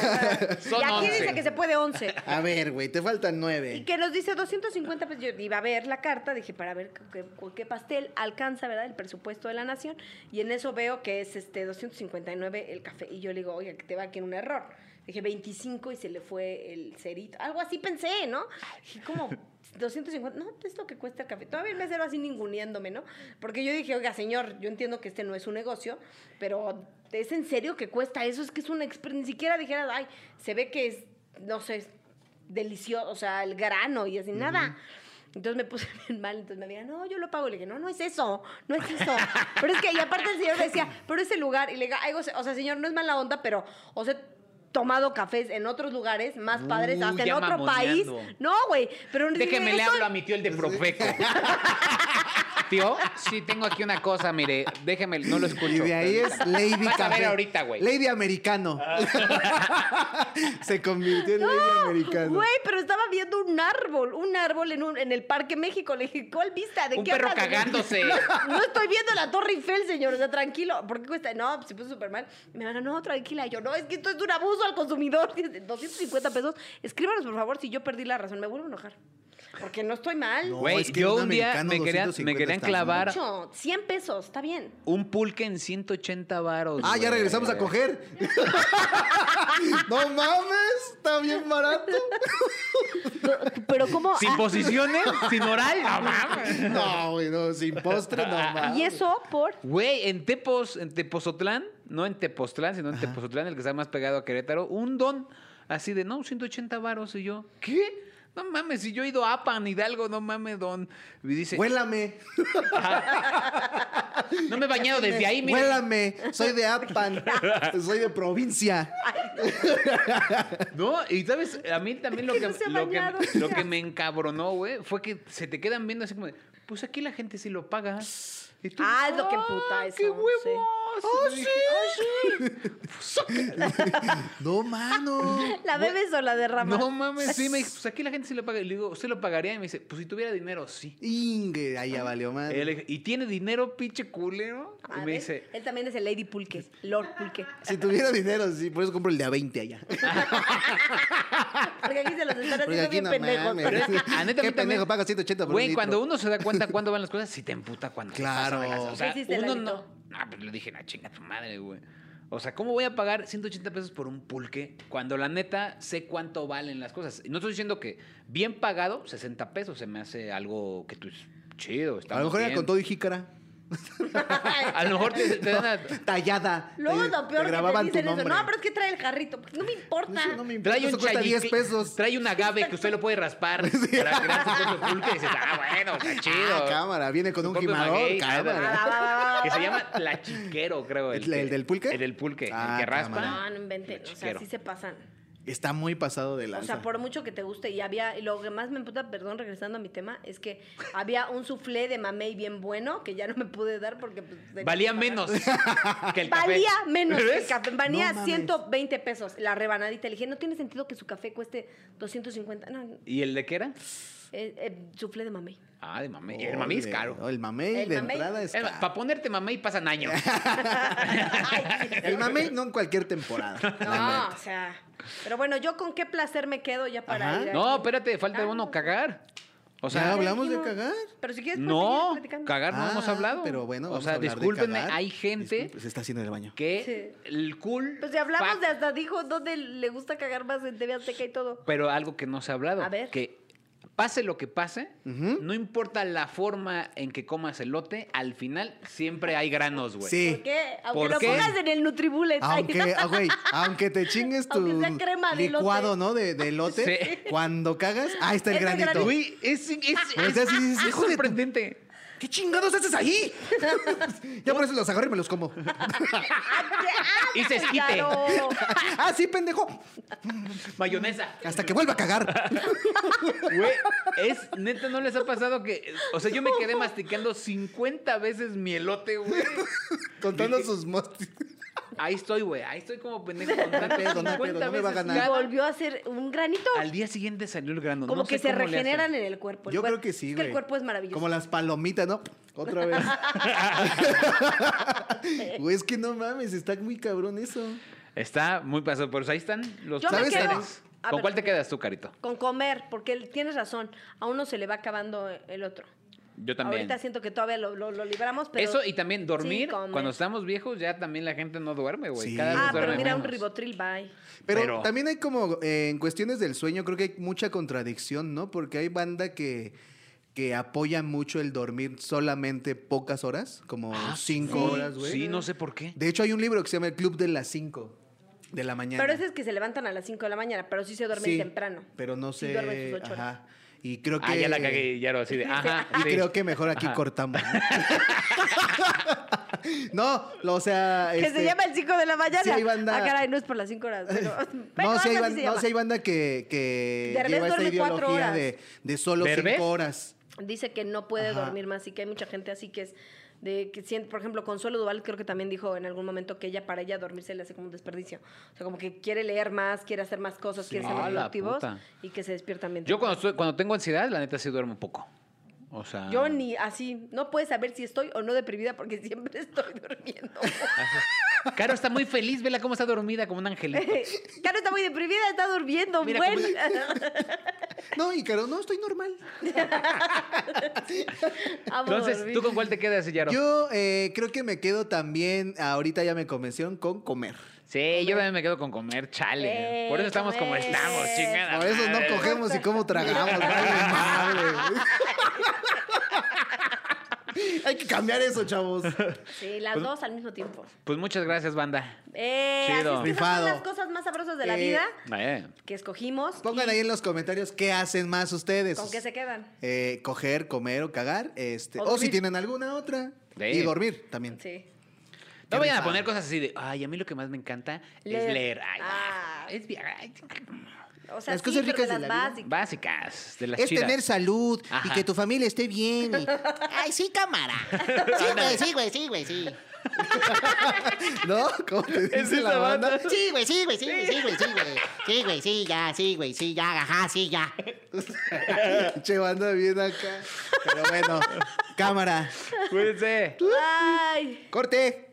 Speaker 1: Son
Speaker 3: y aquí
Speaker 1: 11.
Speaker 3: dice que se puede 11.
Speaker 2: A ver, güey, te faltan
Speaker 3: Y
Speaker 2: nueve.
Speaker 3: que nos dice 250 pesos. Yo iba a ver la carta, dije, para ver con qué, con qué pastel alcanza, ¿verdad? El presupuesto de la nación. Y en eso veo que es este 259 el café. Y yo le digo, oiga, que te va aquí en un error. Dije 25 y se le fue el cerito. Algo así pensé, ¿no? Dije, como 250, no, es lo que cuesta el café. Todavía el mesero así ninguneándome, ¿no? Porque yo dije, oiga, señor, yo entiendo que este no es un negocio, pero ¿es en serio que cuesta eso? Es que es una experiencia. Ni siquiera dijera, ay, se ve que es, no sé, delicioso, o sea, el grano y así, nada. Entonces me puse bien mal, entonces me dijeron, no, yo lo pago. Le dije, no, no es eso, no es eso. pero es que, y aparte el señor decía, pero ese lugar, y le digo, "Ay, o sea, o sea, señor, no es mala onda, pero, o sea, he tomado cafés en otros lugares más padres,
Speaker 1: Uy,
Speaker 3: hasta en
Speaker 1: ya
Speaker 3: otro país.
Speaker 1: mamoneando.
Speaker 3: No, güey, pero
Speaker 1: Déjeme le
Speaker 3: eso-
Speaker 1: hablo a mi tío el de Profeco. Tío, sí tengo aquí una cosa, mire, déjeme, no lo escucho.
Speaker 2: Y de ahí es Lady
Speaker 1: Vas a ver
Speaker 2: Café.
Speaker 1: ahorita, güey. Ah.
Speaker 2: Lady Americano. Se convirtió en Lady Americano.
Speaker 3: Güey, pero estaba viendo un árbol, un árbol en, un- en el Parque México. Le dije, ¿cuál vista? ¿De
Speaker 1: Un
Speaker 3: qué
Speaker 1: perro
Speaker 3: hablas, señor?"
Speaker 1: cagándose.
Speaker 3: No, no estoy viendo la Torre Eiffel, señor. O sea, tranquilo. ¿Por qué cuesta? No, pues, se puso súper mal. Y Me van a, no, tranquila. Y Yo, no, es que esto es un abuso al consumidor. 250 pesos. Escríbanos, por favor, si yo perdí la razón. Me vuelvo a enojar. Porque no estoy mal.
Speaker 2: No,
Speaker 1: Güey,
Speaker 2: es que
Speaker 1: yo
Speaker 2: un
Speaker 1: un día
Speaker 2: americano
Speaker 1: me querían,
Speaker 2: 250
Speaker 1: me querían
Speaker 2: está
Speaker 1: clavar
Speaker 3: Mucho, 100 pesos, está bien.
Speaker 1: un pulque en 180
Speaker 3: Pues,
Speaker 1: varos.
Speaker 2: Ah, ya
Speaker 1: güey.
Speaker 2: regresamos a coger. no mames, está bien barato.
Speaker 3: Pero ¿cómo?
Speaker 1: Sin
Speaker 3: Ah,
Speaker 1: posiciones, sin oral, no mames.
Speaker 2: No, güey, no, sin postre, no mames.
Speaker 3: y eso por...
Speaker 1: Güey, en Tepos, en Tepozotlán, no en Tepoztlán, sino en Tepozotlán, el que está más pegado a Querétaro, un don así de, no, 180 varos. Y yo, ¿qué? No mames, si yo he ido a Apan, Hidalgo, no mames, don. Y dice,
Speaker 2: Huélame,
Speaker 1: no me he bañado desde ahí, mire.
Speaker 2: huélame. Soy de Apan, soy de provincia.
Speaker 1: No, y sabes, a mí también lo
Speaker 3: Que
Speaker 1: que,
Speaker 3: no se ha
Speaker 1: lo,
Speaker 3: bañado,
Speaker 1: que, lo
Speaker 3: mira.
Speaker 1: que me encabronó, güey, fue que se te quedan viendo así como de, pues aquí la gente sí lo paga. Y tú,
Speaker 3: Ah, es lo que emputa
Speaker 1: "Ah,
Speaker 3: eso,
Speaker 1: ¡Qué huevos!
Speaker 3: sí.
Speaker 1: ¡Oh, sí! "Ah,
Speaker 2: No, mano.
Speaker 3: ¿La bebes o la derramas?
Speaker 1: No mames, sí, me dijo, pues aquí la gente sí lo paga. Y le digo, ¿usted lo pagaría? Y me dice, pues si tuviera dinero, sí.
Speaker 2: Inge, ahí ya valió
Speaker 1: Y yo
Speaker 2: madre.
Speaker 1: le dije, ¿y tiene dinero, pinche culero?
Speaker 3: Ah,
Speaker 1: Y me
Speaker 3: ¿ves?
Speaker 1: dice,
Speaker 3: Él también es el Lady Pulque, Lord Pulque.
Speaker 2: Si tuviera dinero, sí, por eso compro el de a 20 allá.
Speaker 3: Porque aquí se los están
Speaker 2: Porque
Speaker 3: haciendo
Speaker 2: aquí
Speaker 3: bien
Speaker 2: no
Speaker 3: pendejos.
Speaker 2: mames.
Speaker 1: Pero es que, a "Ah, neta, a mí
Speaker 2: Qué
Speaker 1: también-
Speaker 2: pendejo, paga 180 por un
Speaker 1: güey,
Speaker 2: litro.
Speaker 1: cuando uno se da cuenta cuándo van las cosas, sí te emputa cuando te
Speaker 2: Claro.
Speaker 1: pasan las- O sea,
Speaker 3: ¿Qué hiciste,
Speaker 1: uno
Speaker 3: Lalito?
Speaker 1: no. Ah, pues le dije, la chinga tu madre, güey. O sea, ¿cómo voy a pagar 180 pesos por un pulque cuando la neta sé cuánto valen las cosas? Y No estoy diciendo que bien pagado, 60 pesos se me hace algo que tú chido. está
Speaker 2: A lo mejor era
Speaker 1: bien.
Speaker 2: con todo y jícara.
Speaker 1: A lo mejor te, te dan a-
Speaker 2: Tallada.
Speaker 3: Luego
Speaker 2: Te-
Speaker 3: lo
Speaker 2: te
Speaker 3: peor que te
Speaker 2: grababan tu
Speaker 3: dicen eso.
Speaker 2: nombre.
Speaker 3: No, pero es que trae el jarrito. Pues, no me importa.
Speaker 2: Eso no me importa.
Speaker 1: Trae
Speaker 2: eso
Speaker 1: un
Speaker 2: cuesta 10
Speaker 1: chayicle-
Speaker 2: pesos.
Speaker 1: Trae un agave que usted lo puede raspar para crear su propio pulque y dices, ah, bueno, está chido.
Speaker 2: Ah, cámara, viene con
Speaker 1: Su
Speaker 2: un
Speaker 1: propio
Speaker 2: gimador,
Speaker 1: maguey,
Speaker 2: cámara.
Speaker 1: cámara.
Speaker 3: Va, va, va, va, va.
Speaker 1: Que se llama tlachiquero, creo.
Speaker 2: ¿El- el del pulque?
Speaker 1: El del pulque.
Speaker 2: Ah,
Speaker 1: el que raspa.
Speaker 2: cámara.
Speaker 3: No, no inventen. O sea,
Speaker 1: Chiquero.
Speaker 3: sí se pasan.
Speaker 2: Está muy pasado de
Speaker 3: O
Speaker 2: lanza.
Speaker 3: sea, por mucho que te guste. Y había, y lo que más me emputa, perdón, regresando a mi tema, es que había un soufflé de mamey bien bueno que ya no me pude dar porque. pues, tenía
Speaker 1: Valía
Speaker 3: que pagar.
Speaker 1: menos que el café.
Speaker 3: Valía menos que el
Speaker 1: ¿Ves?
Speaker 3: café. Valía
Speaker 2: No mames.
Speaker 3: 120 pesos la rebanadita. Le dije, no tiene sentido que su café cueste 250. No, no,
Speaker 1: ¿Y el de qué era?
Speaker 3: eh, eh, soufflé de mamey.
Speaker 1: Ah, de mamey. el mamey es
Speaker 2: Ole,
Speaker 1: caro.
Speaker 2: El mamey
Speaker 3: El
Speaker 2: de
Speaker 3: mamey.
Speaker 2: entrada es caro.
Speaker 1: Para ponerte mamey pasan años.
Speaker 3: Ay, sí.
Speaker 2: El mamey no en cualquier temporada. la
Speaker 3: No, o sea. Pero bueno, yo con qué placer me quedo ya para
Speaker 2: Ajá.
Speaker 3: ir.
Speaker 1: No,
Speaker 3: aquí.
Speaker 1: espérate, falta uno cagar. O
Speaker 2: Ya
Speaker 1: sea,
Speaker 2: hablamos. de
Speaker 3: dijimos.
Speaker 2: cagar.
Speaker 3: Pero si quieres, pues,
Speaker 1: no,
Speaker 3: seguimos platicando.
Speaker 1: cagar no
Speaker 2: Ah,
Speaker 1: hemos hablado.
Speaker 2: Pero bueno,
Speaker 1: o
Speaker 2: vamos a
Speaker 1: sea,
Speaker 2: hablar de
Speaker 1: discúlpenme,
Speaker 2: cagar.
Speaker 1: hay gente
Speaker 2: Disculpe, se está haciendo el baño.
Speaker 1: que
Speaker 3: Sí.
Speaker 1: el cool.
Speaker 3: Pues si hablamos
Speaker 1: fact-
Speaker 3: de hasta dijo dónde le gusta cagar más en TV Azteca y todo.
Speaker 1: Pero algo que no se ha hablado.
Speaker 3: A ver.
Speaker 1: Que pase lo que pase,
Speaker 2: Ujú.
Speaker 1: no importa la forma en que comas elote, al final siempre hay granos, güey.
Speaker 2: Sí.
Speaker 3: ¿Por qué? Aunque
Speaker 1: ¿Por
Speaker 3: lo
Speaker 1: qué?
Speaker 3: pongas en el Nutribullet. ay,
Speaker 2: Aunque, ah, güey, aunque te chingues tu
Speaker 3: Aunque sea crema de
Speaker 2: licuado,
Speaker 3: elote.
Speaker 2: ¿no? De, de elote.
Speaker 1: Sí.
Speaker 2: Cuando cagas, ah, está el
Speaker 3: Está el
Speaker 2: granito.
Speaker 3: granito.
Speaker 2: Uy,
Speaker 1: Güey, es, es, es,
Speaker 2: O sea, sí, sí, sí,
Speaker 1: es
Speaker 2: hijo de tu-
Speaker 1: sorprendente.
Speaker 2: ¿Qué chingados haces ahí? ya por eso los agarro y me los como.
Speaker 1: Y se esquite.
Speaker 3: Claro.
Speaker 2: ah, sí, pendejo.
Speaker 1: Mayonesa.
Speaker 2: Hasta que vuelva a cagar.
Speaker 1: Güey, es neta, no les ha pasado que. O sea, yo me quedé masticando 50 veces mi elote, güey.
Speaker 2: Contando sus mostis.
Speaker 3: Pues
Speaker 1: Ahí estoy, güey. Ahí estoy como pendejo contando
Speaker 2: pedo, no
Speaker 1: 50
Speaker 2: hay pedo, no me va a
Speaker 1: veces
Speaker 2: ganar.
Speaker 3: Y
Speaker 1: cada-
Speaker 3: volvió a ser un granito.
Speaker 1: Al día siguiente salió el grano.
Speaker 3: Como
Speaker 1: no
Speaker 3: que
Speaker 1: sé
Speaker 3: se
Speaker 1: cómo le hacen.
Speaker 3: regeneran en el cuerpo. el
Speaker 2: Yo
Speaker 3: cuerpo-
Speaker 2: creo que sí,
Speaker 3: es
Speaker 2: güey.
Speaker 3: el cuerpo es maravilloso.
Speaker 2: Como las palomitas, ¿no? Otra vez. Güey, es que no mames, está muy cabrón eso.
Speaker 1: Está muy pasado. Por eso ahí están los
Speaker 3: Yo
Speaker 2: me
Speaker 1: ¿sabes?
Speaker 2: quedo-
Speaker 1: Tienes-
Speaker 3: A
Speaker 1: ¿Con
Speaker 3: ver.
Speaker 1: cuál te quedas tú, Carito?
Speaker 3: Con comer, porque él- tienes razón. A uno se le va acabando el otro.
Speaker 1: Yo también.
Speaker 3: Ahorita siento que todavía lo, lo- lo libramos, pero.
Speaker 1: Eso y también dormir.
Speaker 3: Sí, comer.
Speaker 1: cuando estamos viejos, ya también la gente no duerme, güey.
Speaker 2: Sí.
Speaker 1: Cada vez
Speaker 3: Ah, pero
Speaker 1: duerme
Speaker 3: mira, un
Speaker 1: menos.
Speaker 3: ribotril, bye.
Speaker 2: Pero,
Speaker 1: Pero-
Speaker 2: también hay como, eh, en cuestiones del sueño, creo que hay mucha contradicción, ¿no? Porque hay banda que, que apoya mucho el dormir solamente pocas horas, como cinco
Speaker 1: Ah, Sí,
Speaker 2: horas, güey.
Speaker 1: Sí, no sé por qué.
Speaker 2: De hecho, hay un libro que se llama El Club de las Cinco. de la mañana.
Speaker 3: Pero ese es que se levantan a las 5 de la mañana, pero sí se duermen
Speaker 2: Sí,
Speaker 3: temprano.
Speaker 2: Pero no
Speaker 3: Sí
Speaker 2: sé.
Speaker 3: duermen sus ocho horas.
Speaker 2: ajá. Y creo que.
Speaker 1: Ah, ya la cagué, ya lo así de. Ajá.
Speaker 2: Y
Speaker 1: sí.
Speaker 2: creo que mejor aquí
Speaker 1: Ajá.
Speaker 2: cortamos. no, lo- o sea.
Speaker 3: Que se
Speaker 2: este,
Speaker 3: llama el 5 de la mañana.
Speaker 2: sí hay banda-
Speaker 3: Ah, caray, no es por las 5 horas. Pero, pero
Speaker 2: No, si hay
Speaker 3: algo
Speaker 2: banda,
Speaker 3: así se
Speaker 2: no,
Speaker 3: llama.
Speaker 2: sí hay banda que, que
Speaker 3: Derbez
Speaker 2: lleva esta
Speaker 3: duerme cuatro
Speaker 2: ideología
Speaker 3: horas.
Speaker 2: de, de solo
Speaker 1: ¿Derbez?
Speaker 2: cinco horas.
Speaker 3: Dice que no puede
Speaker 2: Ajá.
Speaker 3: dormir más y que hay mucha gente así que es de que siente, por ejemplo, Consuelo Duval creo que también dijo en algún momento que ella para ella dormirse le hace como un desperdicio. O sea, como que quiere leer más, quiere hacer más cosas, quiere ser
Speaker 1: Ah,
Speaker 3: más
Speaker 1: la
Speaker 3: productivos
Speaker 1: puta.
Speaker 3: y que se despiertan bien.
Speaker 1: Yo cuando, estoy- cuando tengo ansiedad, la neta sí duermo poco. O sea.
Speaker 3: Yo ni así, no puedes saber si estoy o no deprimida porque siempre estoy durmiendo.
Speaker 1: Caro está muy feliz, vela cómo está dormida como un angelito.
Speaker 3: Caro está muy deprimida, está durmiendo.
Speaker 1: Mira
Speaker 3: bueno.
Speaker 2: No, y claro, no, estoy normal.
Speaker 3: Amo
Speaker 1: Entonces,
Speaker 3: dormir.
Speaker 1: ¿tú con cuál te quedas, Yaro?
Speaker 2: Yo eh, creo que me quedo también, ahorita ya me convencieron con comer.
Speaker 1: Sí, yo también me quedo con comer, chale.
Speaker 3: Eh,
Speaker 1: Por eso estamos como
Speaker 3: comer.
Speaker 1: estamos, chingada.
Speaker 2: Por eso no
Speaker 1: madre.
Speaker 2: cogemos y cómo tragamos. vale, madre. Hay que cambiar eso, chavos.
Speaker 3: Sí, las dos al mismo tiempo.
Speaker 1: Pues muchas gracias, banda.
Speaker 3: Eh,
Speaker 1: Chido.
Speaker 3: así es que esas
Speaker 2: Rifado.
Speaker 3: son las cosas más sabrosas de la
Speaker 2: Eh,
Speaker 3: vida
Speaker 1: Eh,
Speaker 3: que escogimos.
Speaker 2: Pongan ahí en los comentarios qué hacen más ustedes.
Speaker 3: ¿Con qué se quedan?
Speaker 2: Eh, coger, comer o cagar. Este,
Speaker 3: O
Speaker 2: o si
Speaker 3: dormir.
Speaker 2: tienen alguna otra.
Speaker 1: Sí.
Speaker 2: Y dormir también.
Speaker 3: Sí.
Speaker 1: No
Speaker 2: Qué
Speaker 1: vayan a
Speaker 2: rifado.
Speaker 1: poner cosas así de, ay, a mí lo que más me encanta
Speaker 3: Leer.
Speaker 1: es leer. Ay,
Speaker 3: Ah.
Speaker 1: es bien- ay,
Speaker 3: O sea,
Speaker 2: Las
Speaker 3: sí,
Speaker 2: cosas
Speaker 3: pero
Speaker 2: ricas
Speaker 3: de
Speaker 2: de
Speaker 3: las
Speaker 2: la vida.
Speaker 3: básicas.
Speaker 1: básicas, de las
Speaker 2: es
Speaker 1: chidas.
Speaker 2: tener salud
Speaker 1: Ajá.
Speaker 2: y que tu familia esté bien. y-
Speaker 4: Ay, sí, cámara. Sí, güey, sí, güey, sí, güey, sí.
Speaker 2: ¿No? ¿Cómo te dice
Speaker 1: esa
Speaker 2: la banda?
Speaker 1: banda.
Speaker 4: Sí, güey, sí, güey, sí, güey, sí, güey, sí, güey. Sí, güey, sí, ya, sí, güey, sí, ya, ajá, sí, ya.
Speaker 2: Che, banda bien acá. Pero bueno, cámara.
Speaker 1: Cuídense.
Speaker 3: Ay.
Speaker 2: Corte.